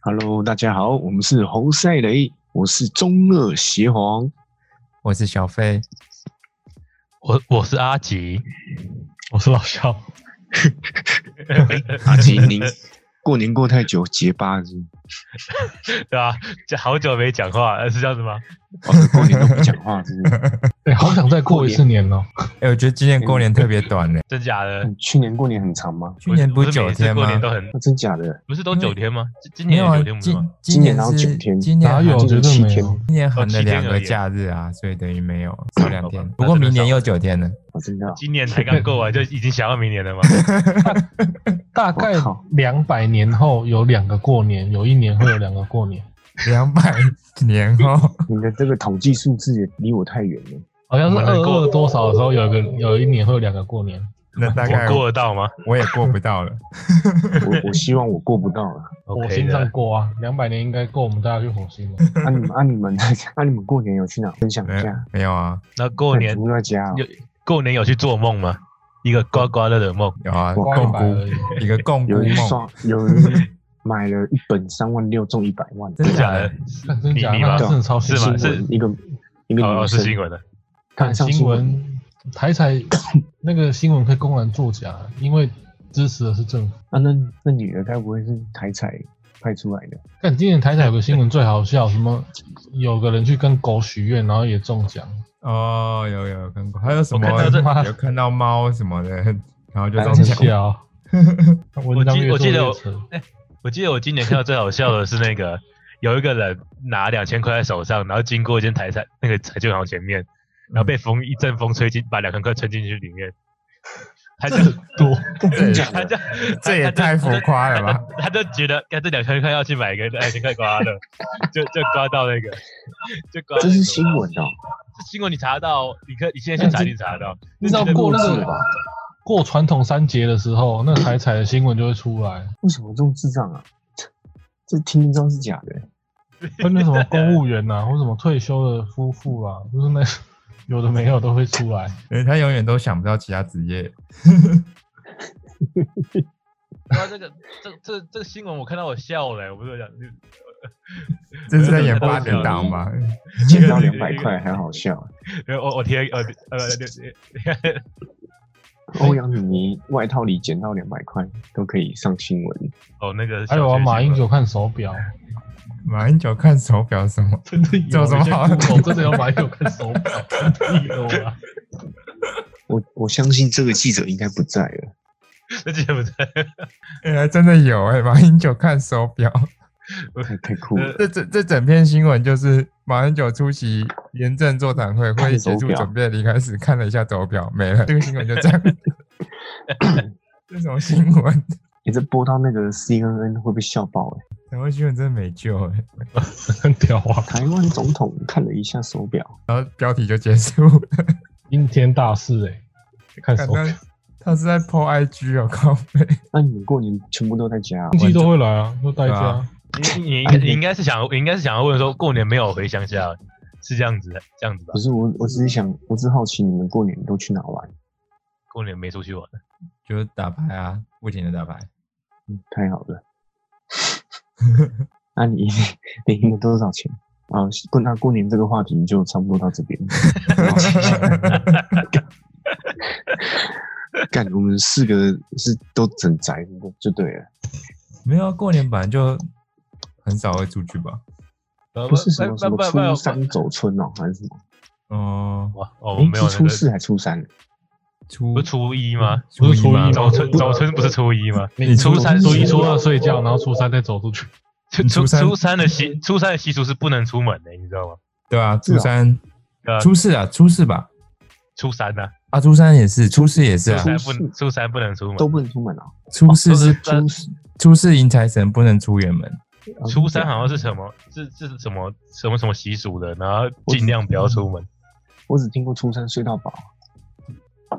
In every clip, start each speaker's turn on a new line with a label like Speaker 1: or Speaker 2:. Speaker 1: Hello，大家好，我们是侯赛雷，我是中二邪皇。
Speaker 2: 我是小飞，
Speaker 3: 我我是阿吉，我是老肖。
Speaker 1: 阿吉，您过年过太久，结巴是
Speaker 3: 对啊，这好久没讲话，呃是这样子吗？
Speaker 1: 不是？哦，过年都不讲话是不是？
Speaker 4: 哎、好想再过一次年哦！
Speaker 2: 哎、我觉得今年过年特别短呢、
Speaker 3: 真假的？
Speaker 1: 你去年过年很长吗？
Speaker 2: 去年
Speaker 3: 不
Speaker 2: 不
Speaker 3: 是
Speaker 2: 是
Speaker 3: 每
Speaker 2: 九
Speaker 3: 次
Speaker 2: 天
Speaker 3: 过
Speaker 2: 吗？
Speaker 3: 年都很，
Speaker 1: 那真假的？
Speaker 3: 不是都
Speaker 2: 因为
Speaker 3: 九天吗？今今
Speaker 2: 没
Speaker 3: 年
Speaker 2: 有
Speaker 3: 有
Speaker 2: 啊
Speaker 3: 九天，不是
Speaker 2: 今
Speaker 3: 吗？
Speaker 1: 今年哪有
Speaker 2: 是
Speaker 1: 九天
Speaker 2: 今年
Speaker 4: 哪有
Speaker 2: 还
Speaker 4: 我觉得
Speaker 1: 七
Speaker 4: 没
Speaker 1: 天
Speaker 4: 有
Speaker 2: 今年横
Speaker 3: 哦
Speaker 2: 了
Speaker 3: 七天
Speaker 2: 两
Speaker 3: 而
Speaker 2: 个
Speaker 3: 已
Speaker 2: 假日啊，所以等于没有少两天
Speaker 3: 好吧。
Speaker 2: 不过
Speaker 3: 那真的
Speaker 2: 明年
Speaker 3: 少
Speaker 2: 又九天了，
Speaker 1: 我真的啊
Speaker 3: 今年才刚过 完，就已经想要明年了吗？
Speaker 4: 大概
Speaker 1: 我靠
Speaker 4: 两百年后有两个过年，有一年会有两个过年，
Speaker 2: 两百年后，
Speaker 1: 你的这个统计数字也离我太远了。
Speaker 4: 好像是
Speaker 3: 我
Speaker 4: 二
Speaker 3: 们能过
Speaker 4: 二多少的时候有一个有一年会有两个过年。
Speaker 2: 那大概
Speaker 3: 我过得到吗
Speaker 2: 我也过不到了。
Speaker 1: 我我希望我过不到了。
Speaker 4: 火
Speaker 3: ？OK
Speaker 4: 星上
Speaker 3: 的，
Speaker 4: 过啊，两百年应该够我们大家去火 星了。
Speaker 1: 啊你们啊你们 啊你们过年有去哪分享一
Speaker 2: 没有
Speaker 1: 下？
Speaker 2: 没有啊，
Speaker 3: 那过年
Speaker 1: 不在家哦
Speaker 3: 有过年有去做梦吗？一个刮刮乐的梦，
Speaker 2: 有啊，
Speaker 1: 我
Speaker 2: 共
Speaker 4: 刮一百而
Speaker 2: 估
Speaker 4: 已
Speaker 2: 一个共估
Speaker 1: 有人
Speaker 2: 梦，
Speaker 1: 刷有人买了一本三万六中一百万，
Speaker 2: 真
Speaker 3: 真假
Speaker 2: 假
Speaker 3: 的
Speaker 2: 的？
Speaker 4: 看真假，
Speaker 3: 你你吗
Speaker 4: 那真的超新
Speaker 3: 是吗
Speaker 4: 闻。
Speaker 3: 是
Speaker 1: 一个一个
Speaker 3: 哦，
Speaker 1: 女
Speaker 3: 哦是新
Speaker 1: 生，
Speaker 3: 闻的，
Speaker 4: 看
Speaker 1: 上
Speaker 4: 新闻，台彩那个新闻可以公然作假，因为支持的是政府。
Speaker 1: 啊，那那女的该不会是台彩派出来的？
Speaker 4: 但今年台彩有个新闻最好笑，什么有个人去跟狗许愿，然后也中奖，
Speaker 2: 哦，有有有看过，还有什么
Speaker 3: 我看到
Speaker 4: 这
Speaker 2: 有看到猫什么的，然后就
Speaker 1: 哎
Speaker 2: 中
Speaker 1: 这
Speaker 2: 奖。
Speaker 4: 笑。啊 文章
Speaker 3: 记
Speaker 4: 越
Speaker 3: 我
Speaker 4: 做
Speaker 3: 记得
Speaker 4: 越
Speaker 3: 我
Speaker 4: 扯。
Speaker 3: 我记得我今年看到最好笑的是那个，有一个人拿两千块在手上，然后经过一间台菜那个彩券行前面，然后
Speaker 2: 嗯
Speaker 3: 被风一阵风吹进，把两千块吹进去里面。他就
Speaker 4: 多，
Speaker 1: 真假
Speaker 3: 他
Speaker 1: 的？
Speaker 3: 就
Speaker 2: 这也太浮夸了 吧！
Speaker 3: 他就觉得，看这两千块要去买一个两千块刮乐，就就刮到那个，就刮。
Speaker 1: 这是新，闻哦，
Speaker 3: 这新闻你查得到，哦你可你现在去
Speaker 2: 哎
Speaker 3: 查一定查得到。
Speaker 4: 你知道过那
Speaker 1: 录制
Speaker 4: 个
Speaker 1: 吧
Speaker 4: 过传统三节的时候，那台彩的新闻就会出来，
Speaker 1: 为什么这么智障啊？这听不知道是假的，
Speaker 4: 跟那什么公务员呐、啊，或什么退休的夫妇啊，就是那 有的没有都会出来。
Speaker 2: 因为他永远都想不到其他职业。
Speaker 3: 然后这个这这这个新闻我看到我笑了、我不是讲，
Speaker 2: 这是在演八点档吧？
Speaker 1: 欠到两百块还好笑啊。
Speaker 3: 我我贴呃呃
Speaker 1: 欧阳妮妮外套里捡到两百块都可以上新闻，
Speaker 3: 哦那个
Speaker 2: 哎
Speaker 4: 还有啊，马英九看手表，
Speaker 2: 马英九看手表什么？
Speaker 4: 真的有
Speaker 2: 这有什么好
Speaker 4: 你先 Google，真的有 马英九看手表，真的有啊。
Speaker 1: 我我相信这个记者应该不在了。
Speaker 3: 那记得不在，
Speaker 2: 哎、真的有哎、马英九看手表。
Speaker 1: 太太酷了！
Speaker 2: 这整这整篇新闻就是马英九出席廉政座谈会会议结
Speaker 1: 手
Speaker 2: 束，
Speaker 1: 表
Speaker 2: 准备离开时看了一下手表，没了。这个新闻就 这样。这什么新闻？
Speaker 1: 你、这播到那个 CNN 会被笑爆哎、
Speaker 2: 台湾新闻真的没救哎、
Speaker 4: 很屌啊！
Speaker 1: 台湾总统看了一下手表，
Speaker 2: 然后标题就结 束了。
Speaker 4: 惊天大事哎、看手表
Speaker 2: 感，觉他是在 po IG 哦，靠背。
Speaker 1: 那你们过年全部都在家、哦？
Speaker 4: 亲戚都会来啊，都待
Speaker 2: 对啊
Speaker 4: 家。
Speaker 3: 你你应哎该你应该是想你应该是想要问说过年没有回乡下，是这样子这样子吧
Speaker 1: 不？是我，我只是想，我只是好奇你们过年都去哪玩？
Speaker 3: 过年没出去玩，
Speaker 2: 就是打牌啊，不停的打牌。
Speaker 1: 嗯，太好了。 那你 你赢了多少钱？啊，过那过年这个话题就差不多到这边。干，我们四个是都整宅的就对了，
Speaker 2: 没有啊，过年本来就很少会出去吧。
Speaker 1: 不是什么什么初
Speaker 3: 不
Speaker 1: 三走春哦，还是什么？
Speaker 2: 哦、
Speaker 3: 哇哦
Speaker 1: 诶
Speaker 3: 没有
Speaker 1: 是初四还嗯初三？
Speaker 2: 初
Speaker 3: 不是初一吗？啊
Speaker 2: 初一吗？
Speaker 3: 早春早春不是初一吗？
Speaker 2: 你
Speaker 3: 初三
Speaker 4: 初一
Speaker 3: 是
Speaker 4: 初二睡觉，然后初三再走出去。
Speaker 3: 初
Speaker 2: 你
Speaker 3: 初
Speaker 2: 初三
Speaker 3: 初三的习初三的习俗是不能出门的，你知道吗？
Speaker 2: 对啊，
Speaker 1: 是啊
Speaker 2: 初三、
Speaker 3: 对啊
Speaker 2: 初四啊，初四吧。
Speaker 3: 初三呢？
Speaker 2: 啊，初三也是，初四也是
Speaker 3: 初
Speaker 2: 啊。
Speaker 3: 三
Speaker 1: 初
Speaker 3: 不
Speaker 1: 四
Speaker 3: 能初三不能出门，
Speaker 1: 都不能出门啊？
Speaker 2: 初四是
Speaker 3: 初三
Speaker 2: 初四迎财神，不能出远门。
Speaker 1: 啊
Speaker 3: 初三好像是什么是是什么什么什么习俗的，然后尽量不要出门，
Speaker 1: 我只听过初三睡到饱，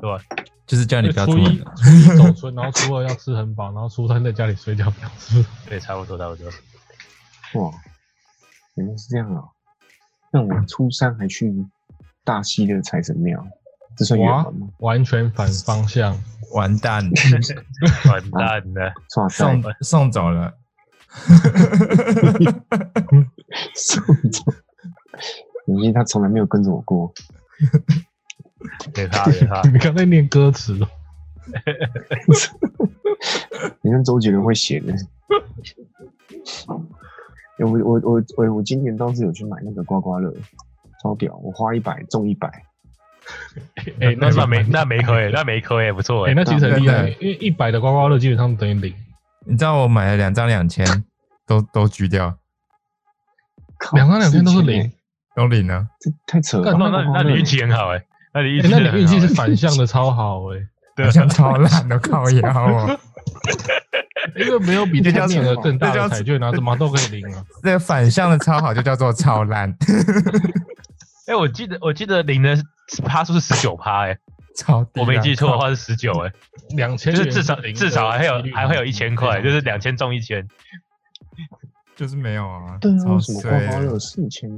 Speaker 3: 对吧？
Speaker 2: 就是叫你不要出
Speaker 4: 初
Speaker 2: 门
Speaker 4: 一
Speaker 2: 了。
Speaker 4: 初一走春，然后初二要吃很饱，然后初三在家里睡觉，表示
Speaker 3: 对，差不多差不多。
Speaker 1: 哇，原来是这样啊！那我初三还去大溪的财神庙，这算远
Speaker 2: 哇
Speaker 1: 门吗？
Speaker 4: 完全反方向。
Speaker 2: 完蛋，
Speaker 3: 完蛋了，
Speaker 1: 哇塞
Speaker 2: 送！送走了。
Speaker 1: 送 走。你信他从来没有跟着我过，
Speaker 3: 别怕别怕，
Speaker 4: 你刚才念歌词哦，
Speaker 1: 你看周杰伦会写的。 欸我我我我我今年倒是有去买那个刮刮乐，超屌！我花一百中一百，
Speaker 3: 哎、那算没那没亏，那没亏，不错
Speaker 4: 哎、
Speaker 3: 哎、
Speaker 4: 那其实很厉害，
Speaker 2: 对
Speaker 4: 因为一百的刮刮乐基本上等于零，
Speaker 2: 你知道我买了两张两千，都都举掉，
Speaker 1: 靠
Speaker 4: 两张两千都是，
Speaker 1: 4000
Speaker 4: 零
Speaker 1: 欸，
Speaker 2: 都领了。
Speaker 1: 这太扯了
Speaker 4: 干
Speaker 1: 吧。
Speaker 3: 那那那你运气很好哎、那你运
Speaker 4: 欸
Speaker 3: 气、
Speaker 4: 那你运气是反向的，超好 哎、
Speaker 3: 对
Speaker 2: 好像超烂的，靠腰 哦！
Speaker 4: 因为没有比这条面额更大的彩券啊，怎么都可以零 啊。
Speaker 2: 这个反向的超好就叫做超烂，
Speaker 3: 哎、我记得我记得零的趴数是十九趴哎，
Speaker 2: 超低啊
Speaker 3: 我没记错的话是十九哎，
Speaker 4: 两千
Speaker 3: 就是至少至少还有还会有一千 块，就是两千中一千，
Speaker 2: 就是没有啊，
Speaker 1: 对啊，
Speaker 2: 超
Speaker 1: 为什么
Speaker 2: 衰
Speaker 1: 刮刮
Speaker 2: 的，
Speaker 1: 乐四千？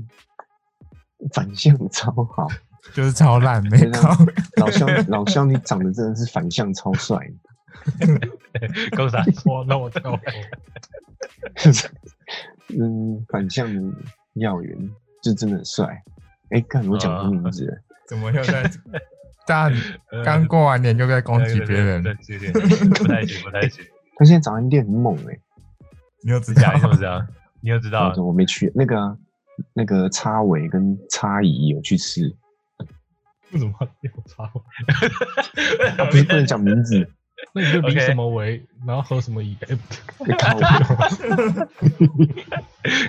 Speaker 1: 反向超好，
Speaker 2: 就是超烂，没
Speaker 1: 真的
Speaker 2: 靠。
Speaker 1: 老 乡老乡，你长得真的是反向超帅，
Speaker 3: 够啥？
Speaker 4: 哇，那我跳
Speaker 1: 嗯，反向耀元就真的很帅。哎、看我讲出名
Speaker 3: 啊
Speaker 1: 字了，
Speaker 2: 怎么又在？大家刚过完年就在攻击别人，
Speaker 3: 对，对对对对不太行不太行，
Speaker 1: 他现在早餐店很猛哎、
Speaker 2: 你又知道
Speaker 3: 假你？怎么知道？你又知道
Speaker 1: 我怎么没去？那个啊、那个叉尾跟叉姨有去吃，
Speaker 4: 为什么要插我？
Speaker 1: 啊，不是不能讲名 字，
Speaker 4: 那你就比
Speaker 3: OK
Speaker 4: 什么为，然后和什么以？哎
Speaker 1: 你看我，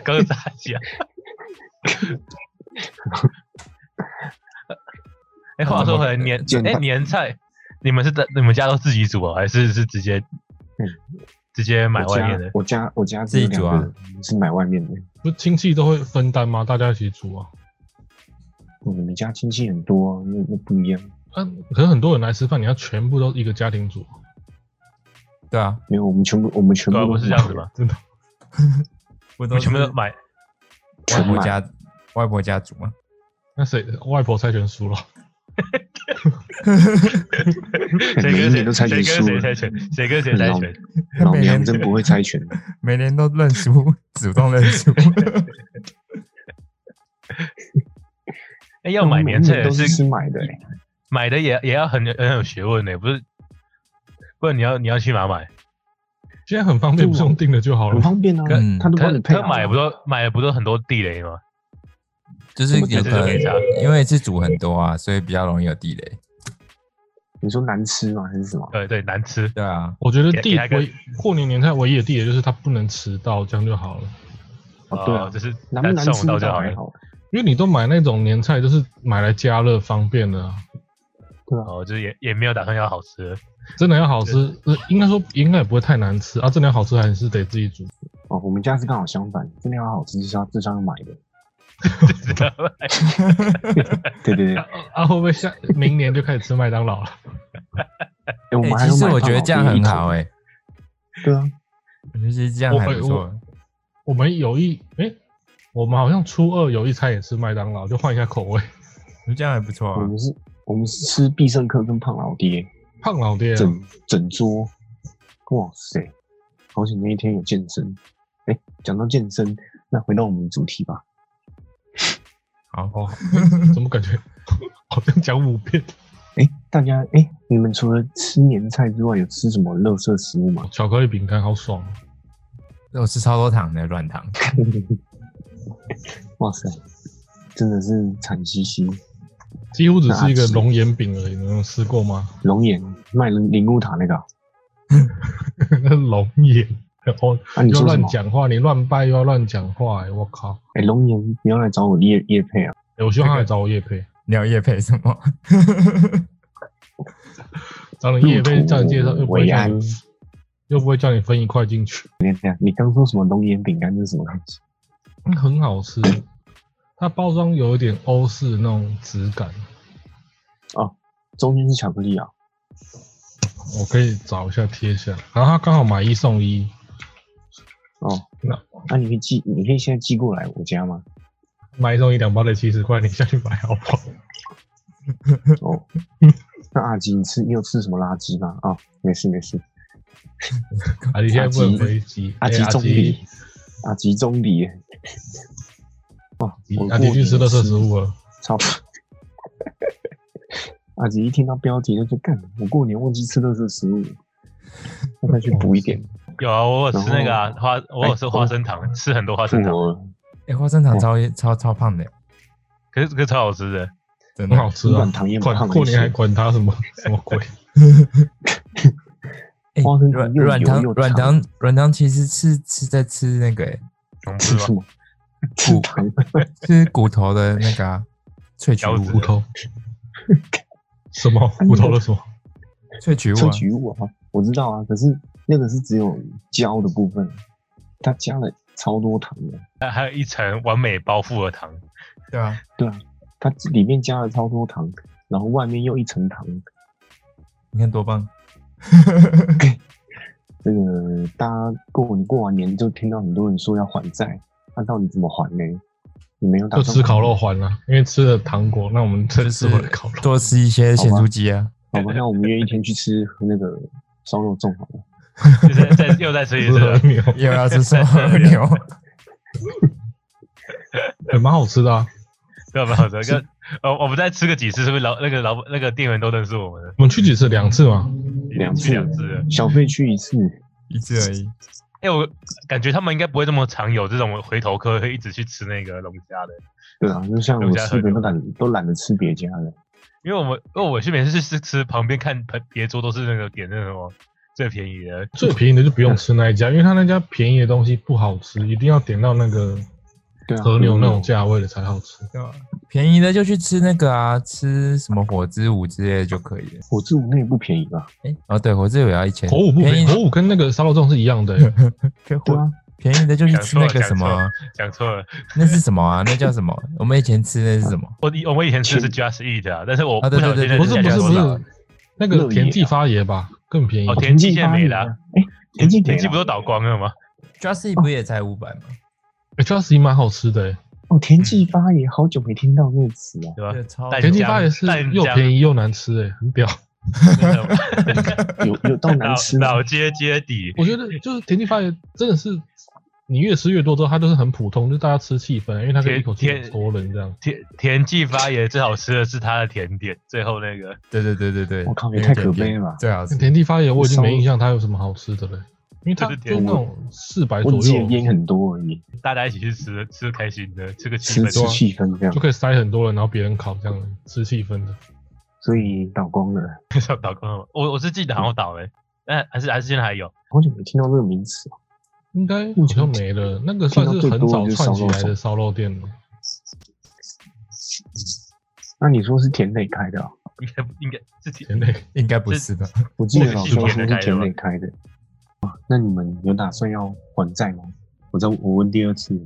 Speaker 3: 够啥 讲？哎、话说回来，年
Speaker 1: 简
Speaker 3: 哎、
Speaker 1: 单
Speaker 3: 年菜，你们是在你们家都自己煮哦，还是是直接
Speaker 1: 嗯
Speaker 3: 直接买
Speaker 1: 我
Speaker 3: 外面
Speaker 1: 家
Speaker 3: 的？
Speaker 1: 我家我家只有
Speaker 2: 自己煮
Speaker 1: 两
Speaker 2: 啊
Speaker 1: 个人是买外面的，
Speaker 4: 不是亲戚都会分担吗？大家一起煮啊。
Speaker 1: 我们嗯家亲戚很多、啊，那那不一样。
Speaker 4: 啊，可是很多人来吃饭，你要全部都一个家庭煮，啊
Speaker 2: 对啊，
Speaker 1: 没有，我们全部我们全部
Speaker 3: 对啊，
Speaker 1: 都
Speaker 3: 不是这样子吗？
Speaker 4: 真的。
Speaker 2: 我
Speaker 3: 我全部都买，
Speaker 2: 外
Speaker 1: 全
Speaker 2: 婆
Speaker 1: 买
Speaker 2: 家外婆家煮啊嘛，
Speaker 4: 那谁外婆猜拳输了？
Speaker 3: 谁
Speaker 1: 每一
Speaker 3: 跟谁
Speaker 1: 年都猜拳
Speaker 3: 谁
Speaker 1: 输
Speaker 3: 跟谁
Speaker 1: 了
Speaker 3: 猜拳，谁跟谁猜
Speaker 1: 很
Speaker 3: 拳，
Speaker 1: 老娘真不会猜拳，
Speaker 2: 每年都认输， 主动认输。
Speaker 3: 哎、 要买年
Speaker 1: 我
Speaker 3: 菜
Speaker 1: 们
Speaker 3: 也
Speaker 1: 嗯都是
Speaker 3: 是
Speaker 1: 吃买的、欸，
Speaker 3: 买的也也要很很有学问的、不是？不然你要你要去哪买？
Speaker 4: 现在很方便，不用订了就好
Speaker 1: 很
Speaker 4: 了。
Speaker 1: 方便啊
Speaker 2: 嗯，
Speaker 1: 他都
Speaker 3: 哦可
Speaker 1: 帮你配好
Speaker 3: 可买不都买的不都很多地雷吗？
Speaker 2: 就是
Speaker 3: 觉
Speaker 2: 有
Speaker 3: 得
Speaker 2: 个
Speaker 3: 没啥，
Speaker 2: 因为是煮很多啊，所以比较容易有地雷。
Speaker 1: 你说难吃吗？还是什么？
Speaker 3: 呃对对，难吃。
Speaker 2: 对啊，
Speaker 4: 我觉得
Speaker 3: 给
Speaker 4: 地
Speaker 3: 给他一个
Speaker 4: 唯过年年菜唯一的地雷就是它不能迟到，这样就好了。
Speaker 1: 哦，对啊
Speaker 3: 哦，就是
Speaker 1: 难不难
Speaker 3: 送
Speaker 1: 吃
Speaker 3: 到就
Speaker 1: 倒
Speaker 3: 好
Speaker 1: 还
Speaker 3: 了。
Speaker 1: 好，
Speaker 4: 因为你都买那种年菜，就是买来加热方便的啊、
Speaker 1: 对啊，
Speaker 3: 哦，就是也也没有打算要好吃的。
Speaker 4: 真的要好吃，呃应该说应该也不会太难吃啊。真的要好吃还是得自己煮。
Speaker 1: 哦，我们家是刚好相反，真的要好吃就是要自上买的，
Speaker 3: 知 道吗
Speaker 1: 对对对， 哎、
Speaker 4: 啊，会不会下明年就开始吃麦当劳了？
Speaker 1: 我们
Speaker 2: 哎，
Speaker 1: 还
Speaker 2: 其
Speaker 1: 有
Speaker 2: 实
Speaker 1: 买
Speaker 2: 我觉得这样很好哎，
Speaker 1: 哎，对啊，
Speaker 3: 嗯
Speaker 2: 我觉得其实这样
Speaker 4: 我
Speaker 2: 还
Speaker 4: 我
Speaker 2: 不错。
Speaker 4: 我们有一哎、我们好像初二有一餐也吃麦当劳，就换一下口味。
Speaker 2: 我觉得这样还不错
Speaker 1: 我
Speaker 2: 啊，
Speaker 1: 们是，我们是吃必胜客跟胖老爹，
Speaker 4: 胖老爹啊、
Speaker 1: 整整桌，哇塞，好险那一天有健身，哎、讲到健身，那回到我们的主题吧，
Speaker 2: 好，
Speaker 4: 哦，怎么感觉 好像讲五遍？
Speaker 1: 哎、大家，哎、你们除了吃年菜之外，有吃什么垃圾食物吗？
Speaker 4: 哦巧克力饼干好爽哦、
Speaker 2: 我吃超多糖的软糖，
Speaker 1: 哇塞，真的是惨兮兮。
Speaker 4: 几乎只是一个
Speaker 1: 那是
Speaker 4: 龙眼饼而已。你们有吃过吗？
Speaker 1: 龙眼卖灵灵物塔那个啊，
Speaker 4: 那是龙眼。哦，
Speaker 1: 啊你
Speaker 4: 又
Speaker 1: 说
Speaker 4: 要
Speaker 1: 什
Speaker 4: 乱
Speaker 1: 么？
Speaker 4: 讲话，你乱掰又要乱讲话、哎我靠！
Speaker 1: 哎、龙眼你要来找我叶叶配啊？
Speaker 4: 哎我希望他来找我叶配，
Speaker 2: 你要夜配什么？
Speaker 4: 找你叶配叫你介绍，又不会
Speaker 1: 韦
Speaker 4: 叫
Speaker 1: 嗯哦安
Speaker 4: 你，又不会叫你分一块进去。
Speaker 1: 对啊，你刚说什么龙眼饼干这是什么东西？
Speaker 4: 嗯很好吃，它包装有一点欧式那种质感。
Speaker 1: 中间是巧克力啊？
Speaker 4: 我可以找一下贴一下，然后它刚好买一送一，
Speaker 1: 哦，
Speaker 4: 那
Speaker 1: 那、你可以寄，你可以现在寄过来我家吗？
Speaker 4: 买一送一两包得七十块，你下去买好不好？
Speaker 1: 哦，那阿吉，你吃你有吃什么垃哦圾吗？啊、没事没事，
Speaker 4: 啊，你现在不能回击，
Speaker 1: 阿
Speaker 4: 哎
Speaker 1: 吉
Speaker 4: 阿
Speaker 1: 中立
Speaker 4: 基，
Speaker 1: 打集中里耶，哇！我
Speaker 4: 阿迪
Speaker 1: 过
Speaker 4: 去
Speaker 1: 年
Speaker 4: 吃垃圾食物了，
Speaker 1: 超。 阿吉一听到标题，他就干，我过年忘记吃垃圾食物，那再去补一点。
Speaker 3: 有啊，我有吃那个啊
Speaker 1: 然哦
Speaker 3: 花，我有吃花生糖，吃很多花生糖，
Speaker 1: 我
Speaker 2: 哎、花生糖超超超胖的，
Speaker 3: 可是可是超好吃的。
Speaker 2: 真
Speaker 4: 很
Speaker 2: 的。
Speaker 4: 好吃啊
Speaker 1: 软！糖也蛮
Speaker 4: 管
Speaker 1: 胖的
Speaker 4: 过年还管 他什么什么鬼？
Speaker 2: 哎
Speaker 1: 花生糖
Speaker 2: 软
Speaker 1: 又
Speaker 2: 软
Speaker 1: 油
Speaker 2: 糖
Speaker 1: 又
Speaker 2: 软
Speaker 1: 长
Speaker 2: 糖软糖其实是是在吃那个、欸，
Speaker 3: 能
Speaker 1: 吃
Speaker 3: 吃吗
Speaker 1: 什么？吃糖？
Speaker 2: 吃骨头的那个、啊、萃取
Speaker 3: 腰
Speaker 2: 物
Speaker 3: 子
Speaker 4: 骨
Speaker 2: 啊，
Speaker 4: 头？什么骨头的什么？
Speaker 2: 萃取物
Speaker 1: 萃
Speaker 2: 啊，
Speaker 1: 取物啊，我知道啊，可是那个是只有胶的部分，它加了超多糖的，
Speaker 3: 还 还有一层完美包覆的糖，
Speaker 2: 对啊，
Speaker 1: 它里面加了超多糖，然后外面又一层糖。
Speaker 2: 你看多棒！
Speaker 1: 这个大家过你过完年就听到很多人说要还债，那、到底怎么还呢？你没有打
Speaker 4: 就
Speaker 1: 算
Speaker 4: 吃烤肉还了，因为吃了糖果，那我们这次会烤肉。
Speaker 2: 多吃一些咸猪鸡啊，
Speaker 1: 好吧，那我们约一天去吃那个烧肉粽好了。
Speaker 3: 就是再又再吃一次
Speaker 1: 啊
Speaker 4: 不是
Speaker 3: 了
Speaker 4: 很。牛，
Speaker 2: 又要吃烧牛，
Speaker 4: 也蛮好吃的啊！
Speaker 3: 对吧？我这个呃，我们再吃个几次，是不是老那个老那个店员都认识我们了？
Speaker 4: 我们去几次？两次嘛。
Speaker 3: 已
Speaker 1: 两
Speaker 3: 经
Speaker 1: 次
Speaker 3: 去两次了。
Speaker 1: 小费去一次，
Speaker 2: 一次而已。
Speaker 3: 哎、我感觉他们应该不会这么常有这种回头客，会一直去吃那个龙虾的。
Speaker 1: 对啊，就像
Speaker 3: 有
Speaker 1: 我
Speaker 3: 加
Speaker 1: 吃
Speaker 3: 很
Speaker 1: 的都
Speaker 3: 多
Speaker 1: 懒都懒得吃别家的，
Speaker 3: 因为我们，因为我去每次去吃吃旁边看朋别桌都是那个点那个什么最便宜的，
Speaker 4: 最便宜的就不用吃那一家，因为他那家便宜的东西不好吃，一定要点到那个
Speaker 1: 对啊，
Speaker 4: 和牛那种价位的才好吃。
Speaker 2: 对啊便宜的就去吃那个啊，吃什么火之舞之类的就可以了。
Speaker 1: 我住那也不便宜吧？
Speaker 2: 哎、哦对，火之舞也要一千，
Speaker 4: 火舞不便
Speaker 2: 便
Speaker 4: 宜，
Speaker 2: 宜
Speaker 4: 火舞跟那个烧肉粽是一样的、
Speaker 2: 跟
Speaker 1: 对
Speaker 2: 火
Speaker 1: 啊，
Speaker 2: 便宜的就去吃那个什
Speaker 3: 讲错
Speaker 2: 么
Speaker 3: 了，讲错了。
Speaker 2: 那是什么啊？那叫什么？我们以前吃那是什么？
Speaker 3: 我以我们以前吃的是 Just Eat 啊，但是我
Speaker 2: 啊
Speaker 3: 不
Speaker 2: 对
Speaker 3: 晓得
Speaker 2: 对
Speaker 3: 现在
Speaker 2: 对
Speaker 4: 不是
Speaker 2: 对对
Speaker 4: 不
Speaker 3: 价
Speaker 4: 是
Speaker 3: 格
Speaker 4: 不
Speaker 3: 多少
Speaker 4: 是，那个
Speaker 1: 啊
Speaker 4: 田忌发爷吧更便宜
Speaker 3: 哦，田忌
Speaker 1: 记
Speaker 3: 现在没了，
Speaker 1: 哎，田忌没
Speaker 3: 田忌不
Speaker 1: 了，
Speaker 3: 都倒光 了吗？
Speaker 2: Just Eat 不也才五百吗？
Speaker 4: ，Justy 哎蛮好吃的、欸。
Speaker 1: 哦，田忌发也好久没听到那个词啊了，
Speaker 3: 对 吧
Speaker 2: 对，？超
Speaker 3: 但
Speaker 4: 田
Speaker 3: 是
Speaker 4: 忌发爷是
Speaker 3: 淡江
Speaker 4: 又便宜又难吃、欸，很屌。
Speaker 1: 有有到
Speaker 3: 老
Speaker 1: 难吃
Speaker 3: 老街街底，
Speaker 4: 我觉得 就是田忌发爷真的是，你越吃越多之后，它就是很普通，就是大家吃气氛，因为它可以一口气
Speaker 3: 田田
Speaker 4: 所有人这样。
Speaker 3: 田田忌发爷最好吃的是他的甜点，最后那个
Speaker 2: 对对对对对，
Speaker 1: 我靠，也
Speaker 2: 那个
Speaker 1: 太
Speaker 2: 甜
Speaker 1: 可
Speaker 2: 点
Speaker 1: 悲了吧！
Speaker 2: 最好吃。
Speaker 4: 田忌发爷我已经没印象它有什么好吃的了、因为它
Speaker 3: 就是
Speaker 4: 就
Speaker 3: 田
Speaker 4: 那种四百
Speaker 1: 我
Speaker 4: 左
Speaker 1: 只记得
Speaker 4: 右。
Speaker 1: 烟很多而 已，
Speaker 3: 大家一起去吃，吃得开心的，吃个气
Speaker 1: 吃
Speaker 3: 氛
Speaker 1: 吃
Speaker 3: 多。啊
Speaker 1: 气氛这样
Speaker 4: 就，可以塞很多人，然后别人烤这样吃气氛的。
Speaker 1: 所以倒光了，
Speaker 3: 小岛光了吗，我我是记得好像倒了，欸但还是还是现在还有。
Speaker 1: 好久没听到这个名词哦。
Speaker 4: 应该好像没了，那个算是很早串起来的烧肉店了。
Speaker 1: 那你说是田磊开的啊？
Speaker 3: 应该应该自己
Speaker 4: 田磊
Speaker 2: 应该不是吧？
Speaker 1: 我记得
Speaker 3: 那
Speaker 1: 老
Speaker 3: 个
Speaker 1: 师
Speaker 3: 是
Speaker 1: 说
Speaker 3: 田磊
Speaker 1: 是
Speaker 3: 开
Speaker 1: 田磊开
Speaker 3: 的吗
Speaker 1: 的啊。那你们有打算要还债吗？我再我问第二次，